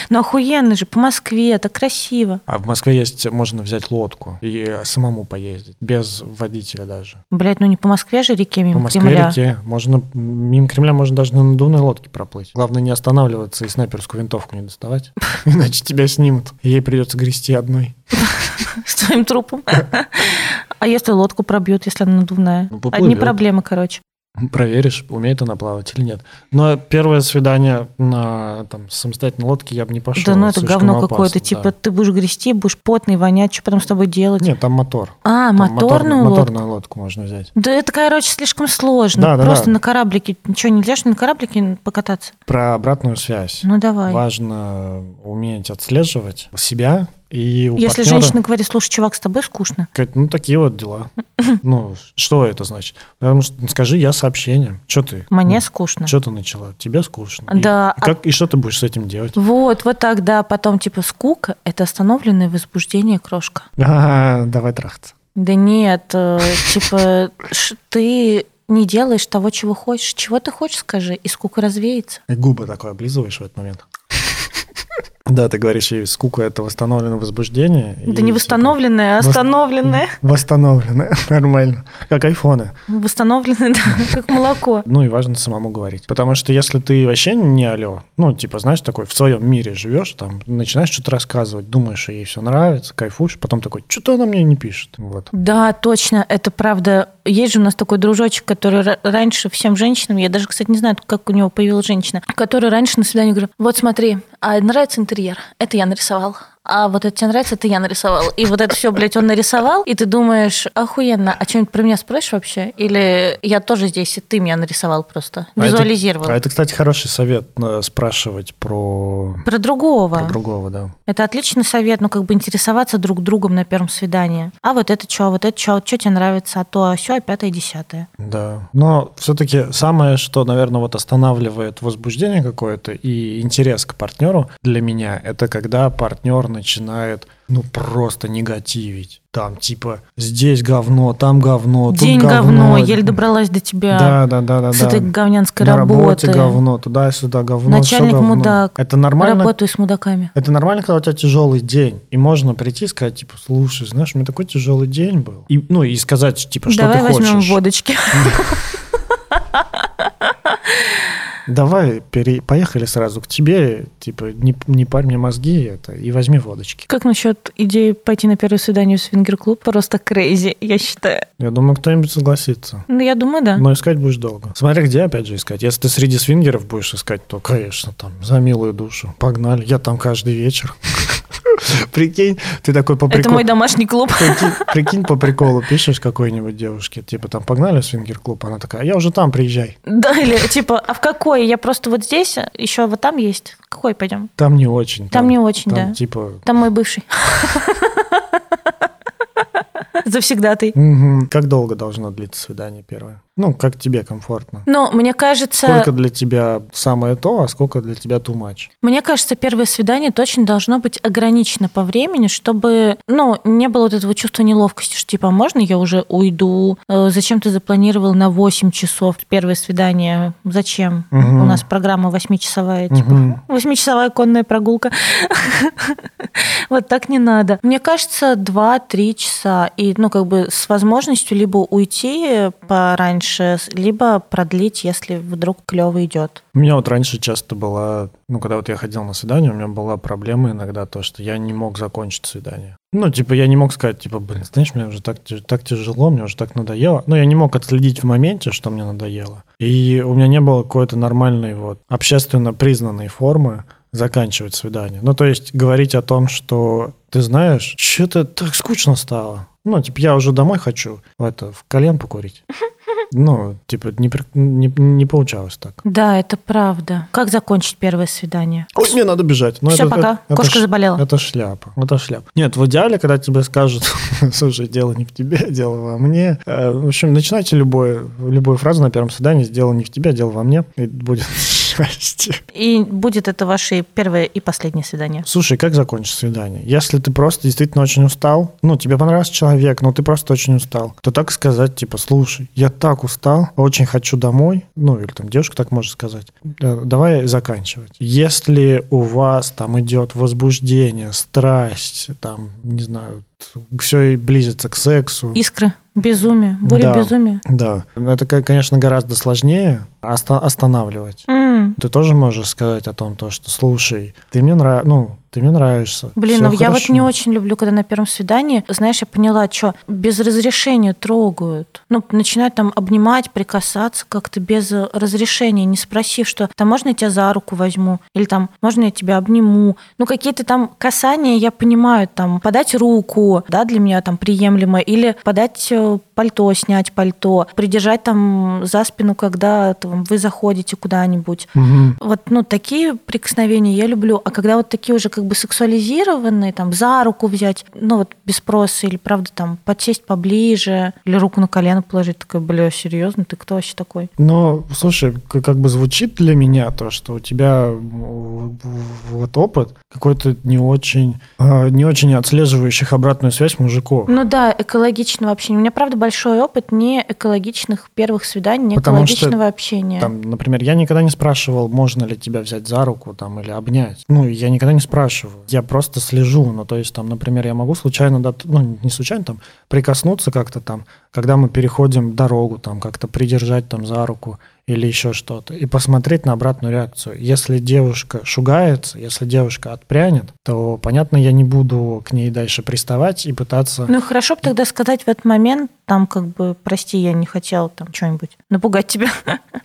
Speaker 2: Ну охуенно же, по Москве, так красиво.
Speaker 1: А в Москве есть, можно взять лодку и самому поездить, без водителя даже.
Speaker 2: Блять, ну не по Москве же реке
Speaker 1: По
Speaker 2: мимо
Speaker 1: Москве
Speaker 2: Кремля.
Speaker 1: реке можно, мимо Кремля можно даже на надувной лодке проплыть. Главное не останавливаться и снайперскую винтовку не доставать, иначе тебя снимут. и Ей придется грести одной.
Speaker 2: С твоим трупом. А если лодку пробьют, если она надувная?
Speaker 1: Ну, поплывет.
Speaker 2: Одни проблемы, короче.
Speaker 1: Проверишь, умеет она плавать или нет. Но первое свидание на там, самостоятельной лодке я бы не пошел.
Speaker 2: Да ну
Speaker 1: А
Speaker 2: это
Speaker 1: слишком
Speaker 2: говно
Speaker 1: опасно,
Speaker 2: какое-то.
Speaker 1: да.
Speaker 2: Типа ты будешь грести, будешь потный, вонять, что потом с тобой делать?
Speaker 1: Нет, там мотор.
Speaker 2: А,
Speaker 1: Там
Speaker 2: моторную
Speaker 1: мотор-
Speaker 2: лодку?
Speaker 1: Моторную лодку можно взять.
Speaker 2: Да это, короче, слишком сложно.
Speaker 1: Да, да,
Speaker 2: Просто
Speaker 1: да.
Speaker 2: на кораблике. Ничего, нельзя что ли, на кораблике покататься?
Speaker 1: Про обратную связь.
Speaker 2: Ну давай.
Speaker 1: Важно уметь отслеживать себя и у
Speaker 2: Если
Speaker 1: партнера.
Speaker 2: женщина говорит, слушай, чувак, с тобой скучно.
Speaker 1: Говорит, ну, такие вот дела. Ну, что это значит? Потому что ну, скажи я сообщение. Что ты?
Speaker 2: Мне скучно.
Speaker 1: Что ты начала? Тебе скучно. И-
Speaker 2: Да, а
Speaker 1: И, как, и что ты будешь с этим делать?
Speaker 2: Вот, вот так, да. Потом, типа, скука – это остановленное возбуждение крошка.
Speaker 1: А, давай трахаться.
Speaker 2: Да нет, э, типа, ш- ты не делаешь того, чего хочешь. Чего ты хочешь, скажи, и скука развеется.
Speaker 1: И губы такой облизываешь в этот момент. Да, ты говоришь, ей, скука это восстановленное возбуждение.
Speaker 2: Да
Speaker 1: и
Speaker 2: не
Speaker 1: типа,
Speaker 2: восстановленное, а
Speaker 1: вос-
Speaker 2: остановленное.
Speaker 1: Восстановленное, нормально. Как айфоны.
Speaker 2: Восстановленное, да, как молоко.
Speaker 1: Ну и важно самому говорить. Потому что если ты вообще не алло, ну, типа, знаешь, такой в своем мире живешь, там, начинаешь что-то рассказывать, думаешь, что ей все нравится, кайфуешь, потом такой, что-то она мне не пишет. Вот.
Speaker 2: Да, точно, это правда. Есть же у нас такой дружочек, который ра- раньше всем женщинам, я даже, кстати, не знаю, как у него появилась женщина, который раньше на свидание говорил, вот смотри, а нравится интерьер, это я нарисовал. а вот это тебе нравится, это я нарисовал. И вот это все, блядь, он нарисовал, и ты думаешь, охуенно, а что-нибудь про меня спросишь вообще? Или я тоже здесь, и ты меня нарисовал просто,
Speaker 1: А это-
Speaker 2: визуализировал.
Speaker 1: А это, кстати, хороший совет э, спрашивать про,
Speaker 2: Про другого.
Speaker 1: про другого, да.
Speaker 2: Это отличный совет, ну, как бы интересоваться друг другом на первом свидании. А вот это что, а вот это что, вот что тебе нравится, а то, а все, а пятое, десятое.
Speaker 1: Да. Но все-таки самое, что, наверное, вот останавливает возбуждение какое-то и интерес к партнеру для меня, это когда партнер начинает ну просто негативить. Там типа здесь говно, там говно, тут
Speaker 2: День говно,
Speaker 1: говно.
Speaker 2: еле добралась до тебя.
Speaker 1: Да, да, да, да,
Speaker 2: с
Speaker 1: да.
Speaker 2: этой говнянской
Speaker 1: На
Speaker 2: работы.
Speaker 1: работе говно, туда-сюда говно, всё
Speaker 2: Начальник
Speaker 1: говно.
Speaker 2: мудак.
Speaker 1: Это нормально,
Speaker 2: Работаю с мудаками.
Speaker 1: Это нормально, когда у тебя тяжелый день, и можно прийти и сказать, типа, слушай, знаешь, у меня такой тяжелый день был. И, ну, и сказать, типа, что
Speaker 2: Давай
Speaker 1: ты
Speaker 2: возьмем
Speaker 1: хочешь.
Speaker 2: водочки.
Speaker 1: Давай, пере... поехали сразу к тебе, типа, не, не парь мне мозги это, и возьми водочки.
Speaker 2: Как насчет идеи пойти на первое свидание в свингер-клуб? Просто крейзи, я считаю.
Speaker 1: Я думаю, кто-нибудь согласится.
Speaker 2: Ну, я думаю, да.
Speaker 1: Но искать будешь долго. Смотри, где опять же искать. Если ты среди свингеров будешь искать, то, конечно, там, за милую душу. Погнали, я там каждый вечер. Прикинь, ты такой по
Speaker 2: Это
Speaker 1: приколу.
Speaker 2: мой домашний клуб.
Speaker 1: Прикинь, прикинь, по приколу пишешь какой-нибудь девушке, типа там погнали в свингер-клуб, она такая, я уже там, приезжай.
Speaker 2: Да, или типа, а в какой? Я просто вот здесь, еще вот там есть. В Какой пойдем?
Speaker 1: Там не очень.
Speaker 2: Там не очень,
Speaker 1: там,
Speaker 2: да.
Speaker 1: Типа,
Speaker 2: Там мой бывший. Завсегдатый.
Speaker 1: «Мгм, как долго должно длиться свидание первое? Ну, как тебе комфортно.
Speaker 2: Ну, мне кажется,
Speaker 1: Сколько для тебя самое то, а сколько для тебя too much?
Speaker 2: мне кажется, первое свидание точно должно быть ограничено по времени, чтобы, ну, не было вот этого чувства неловкости, что типа, «А можно я уже уйду? Э, Зачем ты запланировал на 8 часов первое свидание? Зачем?
Speaker 1: Мгм.
Speaker 2: У нас программа восьмичасовая, типа,
Speaker 1: Мгм.
Speaker 2: Восьмичасовая конная прогулка. Вот так не надо. Мне кажется, 2-3 часа. И, ну, как бы с возможностью либо уйти пораньше, с- либо продлить, если вдруг клево идет.
Speaker 1: У меня вот раньше часто была, ну, когда вот я ходил на свидание, у меня была проблема иногда то, что я не мог закончить свидание. Ну, типа, я не мог сказать, типа, блин, знаешь, мне уже так, тя- так тяжело, мне уже так надоело. Но я не мог отследить в моменте, что мне надоело. И у меня не было какой-то нормальной вот общественно признанной формы заканчивать свидание. Ну, то есть говорить о том, что ты знаешь, что-то так скучно стало. Ну, типа, я уже домой хочу в это, в колен покурить. Ну, типа, не, при- не, не получалось так.
Speaker 2: Да, это правда. Как закончить первое свидание?
Speaker 1: Ой, мне надо бежать. Ну,
Speaker 2: Все,
Speaker 1: это-
Speaker 2: пока.
Speaker 1: это- это
Speaker 2: Кошка
Speaker 1: ш-
Speaker 2: заболела.
Speaker 1: Это шляпа. Это шляпа. Нет, в идеале, когда тебе скажут, слушай, дело не в тебе, дело во мне. Э, В общем, начинайте любое, любую фразу на первом свидании с «дело не в тебе, а дело во мне», и будет счастье.
Speaker 2: И будет это ваше первое и последнее свидание.
Speaker 1: Слушай, как закончишь свидание? Если ты просто действительно очень устал, ну, тебе понравился человек, но ты просто очень устал, то так сказать, типа, слушай, я так устал, очень хочу домой, ну, или там девушка так может сказать, «Э, давай заканчивать. Если у вас там идет возбуждение, страсть, там, не знаю, все и близится к сексу.
Speaker 2: Искры, безумие, буря
Speaker 1: Да.
Speaker 2: безумия.
Speaker 1: Да, это, к- конечно, гораздо сложнее оста- останавливать.
Speaker 2: М.
Speaker 1: Ты тоже можешь сказать о том, то, что слушай, ты мне нравишься, ну, ты мне нравишься.
Speaker 2: Блин,
Speaker 1: всё
Speaker 2: ну я вот
Speaker 1: хорошо».
Speaker 2: не очень люблю, когда на первом свидании, знаешь, я поняла, что без разрешения трогают. Ну, начинают там обнимать, прикасаться как-то без э, разрешения, не спросив, что там можно я тебя за руку возьму, или там можно я тебя обниму. Ну, какие-то там касания, я понимаю, там подать руку, да, для меня там приемлемо, или подать э, пальто, снять пальто, придержать там за спину, когда там, вы заходите куда-нибудь.
Speaker 1: Мгм.
Speaker 2: Вот, ну, такие прикосновения я люблю. А когда вот такие уже как бы сексуализированные, там, за руку взять, ну, вот, без спроса, или, правда, там, подсесть поближе, или руку на колено положить, такая, бля, серьезно, ты кто вообще такой?
Speaker 1: Ну, слушай, к- как бы звучит для меня то, что у тебя м, в- вот опыт какой-то не очень, э, не очень отслеживающих обратную связь мужиков.
Speaker 2: Ну да, экологичного общения. У меня, правда, большой опыт не экологичных первых свиданий, не
Speaker 1: Потому что
Speaker 2: экологичного общения.
Speaker 1: Там, например, я никогда не спрашивал, можно ли тебя взять за руку там или обнять. Ну, я никогда не спрашиваю. Я просто слежу. Ну, то есть, там, например, я могу случайно, дот- ну, не случайно, там, прикоснуться как-то там, когда мы переходим дорогу, там, как-то придержать там за руку или еще что-то, и посмотреть на обратную реакцию. Если девушка шугается, если девушка отпрянет, то, понятно, я не буду к ней дальше приставать и пытаться...
Speaker 2: Ну, хорошо бы тогда сказать в этот момент, там, как бы, прости, я не хотела там что-нибудь напугать тебя.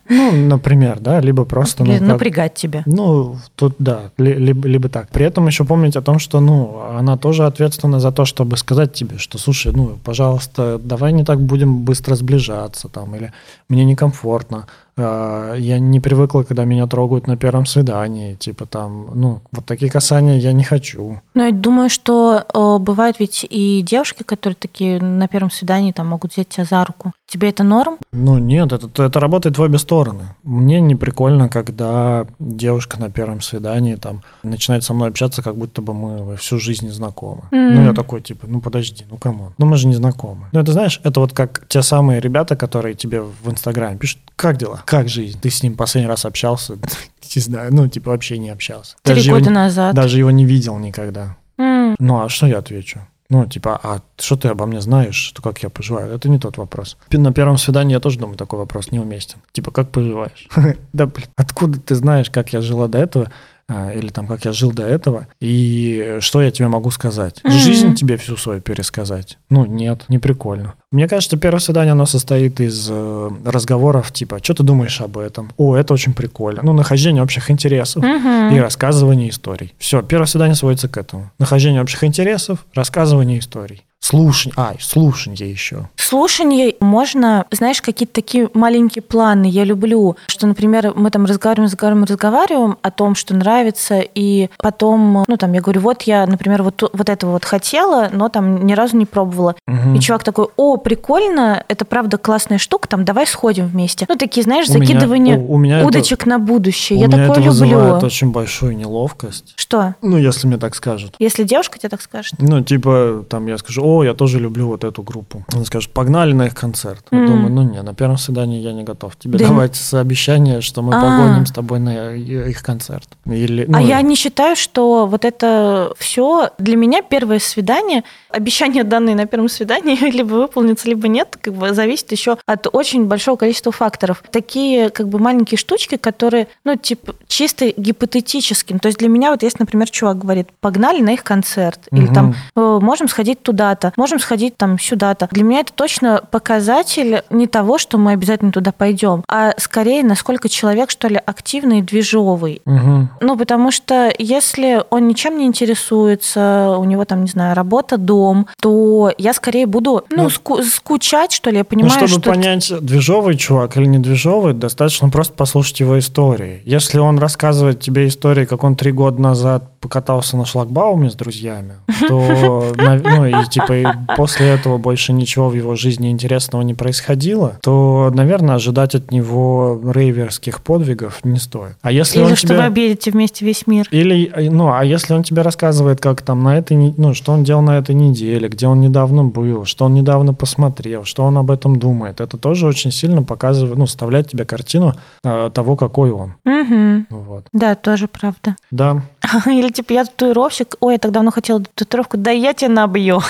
Speaker 1: Ну, например, да, либо просто...
Speaker 2: Или
Speaker 1: ну, как-
Speaker 2: напрягать тебя.
Speaker 1: Ну, тут да, ли- либо, либо так. При этом еще помнить о том, что, ну, она тоже ответственна за то, чтобы сказать тебе, что, слушай, ну, пожалуйста, давай не так будем быстро сближаться, там, или мне некомфортно, э, я не привыкла, когда меня трогают на первом свидании, типа там, ну, вот такие касания я не хочу.
Speaker 2: Ну, я думаю, что э, бывают ведь и девушки, которые такие на первом свидании там могут взять тебя за руку. Тебе это норм?
Speaker 1: Ну, нет, это, это работает в обе стороны. Мне не прикольно, когда девушка на первом свидании там начинает со мной общаться, как будто бы мы всю жизнь знакомы.
Speaker 2: М.
Speaker 1: Ну, я такой, типа, ну подожди, ну камон, ну мы же не знакомы. Ну, это знаешь, это вот как те самые ребята, которые тебе в Инстаграме пишут, как дела, как жизнь, ты с ним последний раз общался, не знаю, ну, типа, вообще не общался.
Speaker 2: Три
Speaker 1: Даже его
Speaker 2: года
Speaker 1: не-
Speaker 2: назад.
Speaker 1: даже его не видел никогда.
Speaker 2: М.
Speaker 1: Ну а что я отвечу? Ну, типа, а что ты обо мне знаешь, что как я поживаю? Это не тот вопрос. Пи- На первом свидании я тоже думаю, такой вопрос неуместен. Типа, как поживаешь? Да, блин, откуда ты знаешь, как я жила до этого? А, Или там, как я жил до этого? И что я тебе могу сказать?
Speaker 2: Мгм.
Speaker 1: Жизнь тебе всю свою пересказать? Ну, нет, не прикольно. Мне кажется, первое свидание, оно состоит из э, разговоров типа, что ты думаешь об этом? О, это очень прикольно. Ну, нахождение общих интересов
Speaker 2: Мгм.
Speaker 1: и рассказывание историй. Все, первое свидание сводится к этому. Нахождение общих интересов, рассказывание историй. Слушание, а, и слушание еще.
Speaker 2: Слушание можно, знаешь, какие-то такие маленькие планы. Я люблю, что, например, мы там разговариваем, разговариваем, разговариваем о том, что нравится, и потом, ну там, я говорю, вот я, например, вот, ту- вот этого вот хотела, но там ни разу не пробовала. И чувак такой, о, прикольно, это правда классная штука, там, давай сходим вместе. Ну такие, знаешь,
Speaker 1: У меня-
Speaker 2: закидывание
Speaker 1: у- у меня это-
Speaker 2: удочек на будущее.
Speaker 1: у
Speaker 2: я
Speaker 1: меня
Speaker 2: такое
Speaker 1: это
Speaker 2: люблю.
Speaker 1: вызывает очень большую неловкость.
Speaker 2: Что?
Speaker 1: Ну, если мне так скажут.
Speaker 2: Если девушка тебе так скажет?
Speaker 1: Ну, типа, там я скажу, о, я тоже люблю вот эту группу. Он скажет, погнали на их концерт. Я
Speaker 2: Мгм.
Speaker 1: думаю, ну не, на первом свидании я не готов тебе
Speaker 2: Да не-
Speaker 1: давать обещание, что мы
Speaker 2: А.
Speaker 1: погоним с тобой на и- их концерт. Или, ну,
Speaker 2: а я не считаю, что вот это все для меня первое свидание, обещания данные на первом свидании либо выполнится, либо нет, как бы зависит еще от очень большого количества факторов. Такие как бы маленькие штучки, которые, ну, типа, чисто гипотетическим. То есть для меня вот если, например, чувак говорит, погнали на их концерт, или
Speaker 1: Мгм.
Speaker 2: там э, можем сходить туда-то, можем сходить там сюда-то. Для меня это точно показатель не того, что мы обязательно туда пойдем, а скорее, насколько человек, что ли, активный и движовый.
Speaker 1: Мгм.
Speaker 2: Ну, потому что если он ничем не интересуется, у него там, не знаю, работа, дом, то я скорее буду, ну,
Speaker 1: Ну,
Speaker 2: ску- скучать, что ли, я понимаю,
Speaker 1: ну, чтобы
Speaker 2: что...
Speaker 1: понять, движовый чувак или не движовый, достаточно просто послушать его истории. Если он рассказывает тебе истории, как он три года назад покатался на шлагбауме с друзьями, то, нав- ну, и типа и после этого больше ничего в его жизни интересного не происходило, то, наверное, ожидать от него рейверских подвигов не стоит. А если
Speaker 2: Или
Speaker 1: он
Speaker 2: что
Speaker 1: тебе-
Speaker 2: вы обедете вместе весь мир.
Speaker 1: или, ну, а если он тебе рассказывает, как там на этой, не- ну, что он делал на этой неделе, где он недавно был, что он недавно посмотрел, что он об этом думает, это тоже очень сильно показывает, ну, вставляет тебе картину э, того, какой он.
Speaker 2: Мгм.
Speaker 1: Вот.
Speaker 2: Да, тоже правда.
Speaker 1: Да.
Speaker 2: Или типа я татуировщик, ой, я так давно хотела татуировку, да я тебя набью.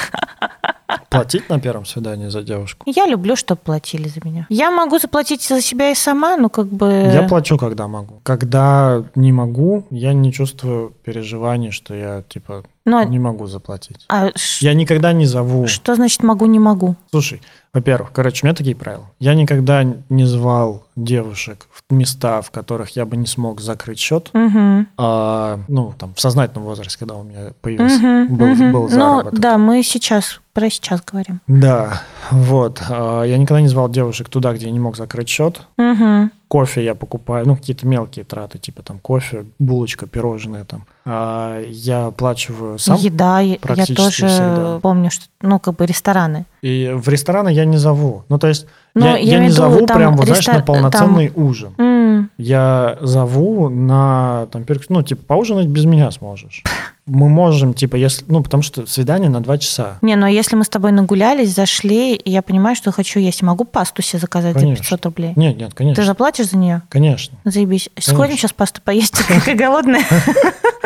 Speaker 1: Платить на первом свидании за девушку.
Speaker 2: Я люблю, чтобы платили за меня. Я могу заплатить за себя и сама, ну как бы...
Speaker 1: Я плачу, когда могу. Когда не могу, я не чувствую переживаний, что я, типа,
Speaker 2: Ну, а-
Speaker 1: не могу заплатить.
Speaker 2: а ш-
Speaker 1: Я никогда не зову.
Speaker 2: что значит могу, не могу?
Speaker 1: Слушай, во-первых, короче, у меня такие правила. Я никогда не звал девушек в места, в которых я бы не смог закрыть счет.
Speaker 2: Мгм.
Speaker 1: А, ну, там, в сознательном возрасте, когда у меня появился,
Speaker 2: Мгм,
Speaker 1: был,
Speaker 2: мгм.
Speaker 1: был
Speaker 2: ну
Speaker 1: заработок.
Speaker 2: да, мы сейчас, про сейчас говорим.
Speaker 1: Да, вот. А, я никогда не звал девушек туда, где я не мог закрыть счет.
Speaker 2: Мгм.
Speaker 1: Кофе я покупаю, ну, какие-то мелкие траты, типа там кофе, булочка, пирожное там. А, я оплачиваю сам.
Speaker 2: Еда, я я
Speaker 1: практически
Speaker 2: тоже
Speaker 1: всегда.
Speaker 2: помню, что, ну, как бы рестораны.
Speaker 1: И в рестораны я не зову. Ну, то есть,
Speaker 2: Но
Speaker 1: я,
Speaker 2: я
Speaker 1: я
Speaker 2: имею
Speaker 1: не
Speaker 2: в виду,
Speaker 1: зову
Speaker 2: там
Speaker 1: прям, вот, знаешь,
Speaker 2: рестор-
Speaker 1: на полноценный ужин.
Speaker 2: М,
Speaker 1: я зову на там перек- ну типа поужинать без меня сможешь. Мы можем типа если ну потому что свидание на два часа.
Speaker 2: Не, но если мы с тобой нагулялись, зашли, и я понимаю, что хочу есть, могу пасту себе заказать за
Speaker 1: Конечно.
Speaker 2: 500 рублей.
Speaker 1: Нет, нет,
Speaker 2: Ты
Speaker 1: конечно,
Speaker 2: заплатишь за нее?
Speaker 1: конечно.
Speaker 2: Заебись. Сходим сейчас пасту поесть, такая голодная.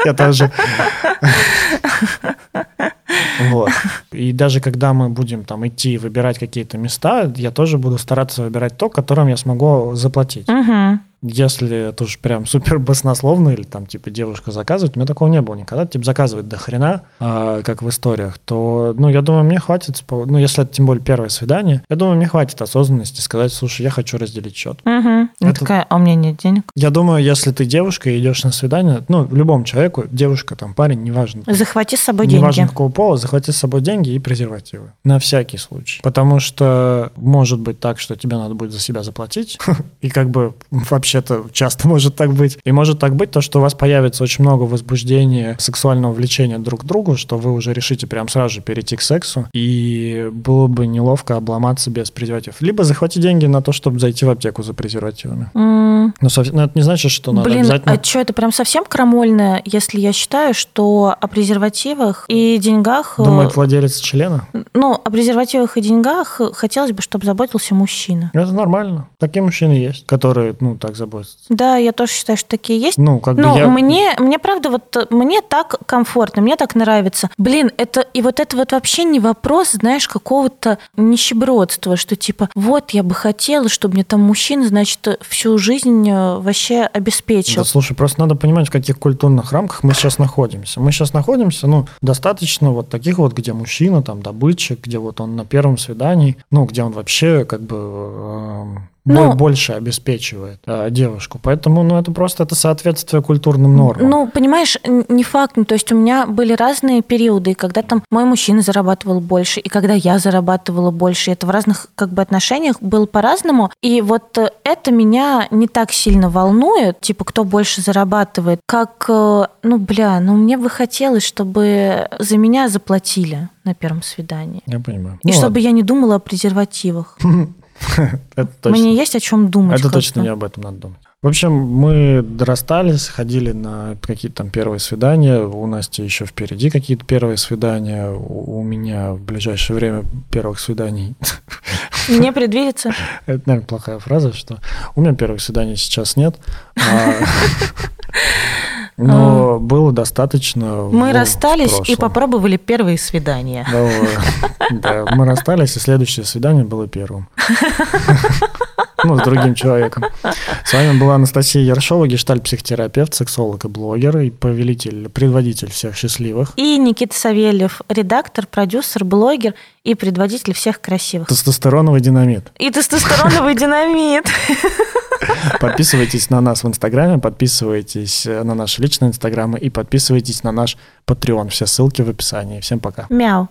Speaker 1: Я тоже. Вот. И даже когда мы будем там идти и выбирать какие-то места, я тоже буду стараться выбирать то, которым я смогу заплатить.
Speaker 2: Мгм.
Speaker 1: Если это уж прям супер баснословно, или там, типа, девушка заказывает, у меня такого не было никогда, типа, заказывает до хрена, а, как в историях, то, ну, я думаю, мне хватит, спо- ну, если это тем более первое свидание, я думаю, мне хватит осознанности сказать, слушай, я хочу разделить счет.
Speaker 2: Мгм. Я
Speaker 1: Это-
Speaker 2: такая, а у меня нет денег.
Speaker 1: Я думаю, если ты девушка и идешь на свидание, ну, любому человеку, девушка, там, парень, неважно.
Speaker 2: Захвати с собой
Speaker 1: Неважно
Speaker 2: деньги.
Speaker 1: какого пола, захвати с собой деньги и презервативы. На всякий случай. Потому что может быть так, что тебе надо будет за себя заплатить. И как бы вообще-то часто может так быть. И может так быть то, что у вас появится очень много возбуждения, сексуального влечения друг к другу, что вы уже решите прям сразу же перейти к сексу. И было бы неловко обломаться без презервативов. Либо захвати деньги на то, чтобы зайти в аптеку за презервативами.
Speaker 2: М,
Speaker 1: Но, совсем- но это не значит, что надо
Speaker 2: Блин,
Speaker 1: обязательно...
Speaker 2: а что, это прям совсем крамольное, если я считаю, что о презервативах и деньгах... э,
Speaker 1: Думает владелец члена.
Speaker 2: Ну, о презервативах и деньгах э, хотелось бы, чтобы заботился мужчина.
Speaker 1: Это нормально. Такие мужчины есть, которые, ну, так заботятся.
Speaker 2: Да, я тоже считаю, что такие есть.
Speaker 1: Ну, как
Speaker 2: Ну,
Speaker 1: бы я...
Speaker 2: мне, мне правда, вот э, мне так комфортно, мне так нравится. Блин, это и вот это вот вообще не вопрос, знаешь, какого-то нищебродства, что типа, вот я бы хотела, чтобы мне там мужчина, значит, э, всю жизнь э, вообще обеспечил.
Speaker 1: Да, слушай, просто надо понимать, в каких культурных рамках мы сейчас находимся. Мы сейчас находимся, ну, достаточно вот таких вот, где мужчина, там, добытчик, где вот он на первом свидании, ну, где он вообще, как бы, эм, бо-
Speaker 2: Ну.
Speaker 1: больше обеспечивает э, девушку. Поэтому, ну, это просто это соответствие культурным нормам.
Speaker 2: Ну, понимаешь, н- не факт. Ну, то есть у меня были разные периоды, и когда там мой мужчина зарабатывал больше, и когда я зарабатывала больше. И Это в разных как бы отношениях было по-разному. И вот э, это меня не так сильно волнует, типа, кто больше зарабатывает. Как, э, ну, бля, ну мне бы хотелось, чтобы за меня заплатили на первом свидании.
Speaker 1: я понимаю.
Speaker 2: И
Speaker 1: Ну,
Speaker 2: чтобы я не думала о презервативах.
Speaker 1: ладно, это точно.
Speaker 2: Мне есть о чем думать.
Speaker 1: Это
Speaker 2: как-то.
Speaker 1: точно не об этом надо думать. В общем, мы дорастались, ходили на какие-то там первые свидания. У Насти еще впереди какие-то первые свидания. У у меня в ближайшее время первых свиданий.
Speaker 2: Не предвидится.
Speaker 1: Это, наверное, плохая фраза, что у меня первых свиданий сейчас нет. А, Но было достаточно. в-
Speaker 2: А. Мы
Speaker 1: в
Speaker 2: расстались и
Speaker 1: прошлом.
Speaker 2: попробовали первые свидания.
Speaker 1: Да, э, да, мы расстались, и следующее свидание было первым. Ну, с другим человеком. С вами была Анастасия Ершова, гештальт-психотерапевт, сексолог и блогер, и повелитель, предводитель всех счастливых.
Speaker 2: И Никита Савельев, редактор, продюсер, блогер и предводитель всех красивых.
Speaker 1: Тестостероновый динамит.
Speaker 2: И тестостероновый динамит.
Speaker 1: Подписывайтесь на нас в Инстаграме, подписывайтесь э, на наши личные Инстаграмы и подписывайтесь на наш Patreon. Все ссылки в описании. Всем пока.
Speaker 2: Мяу.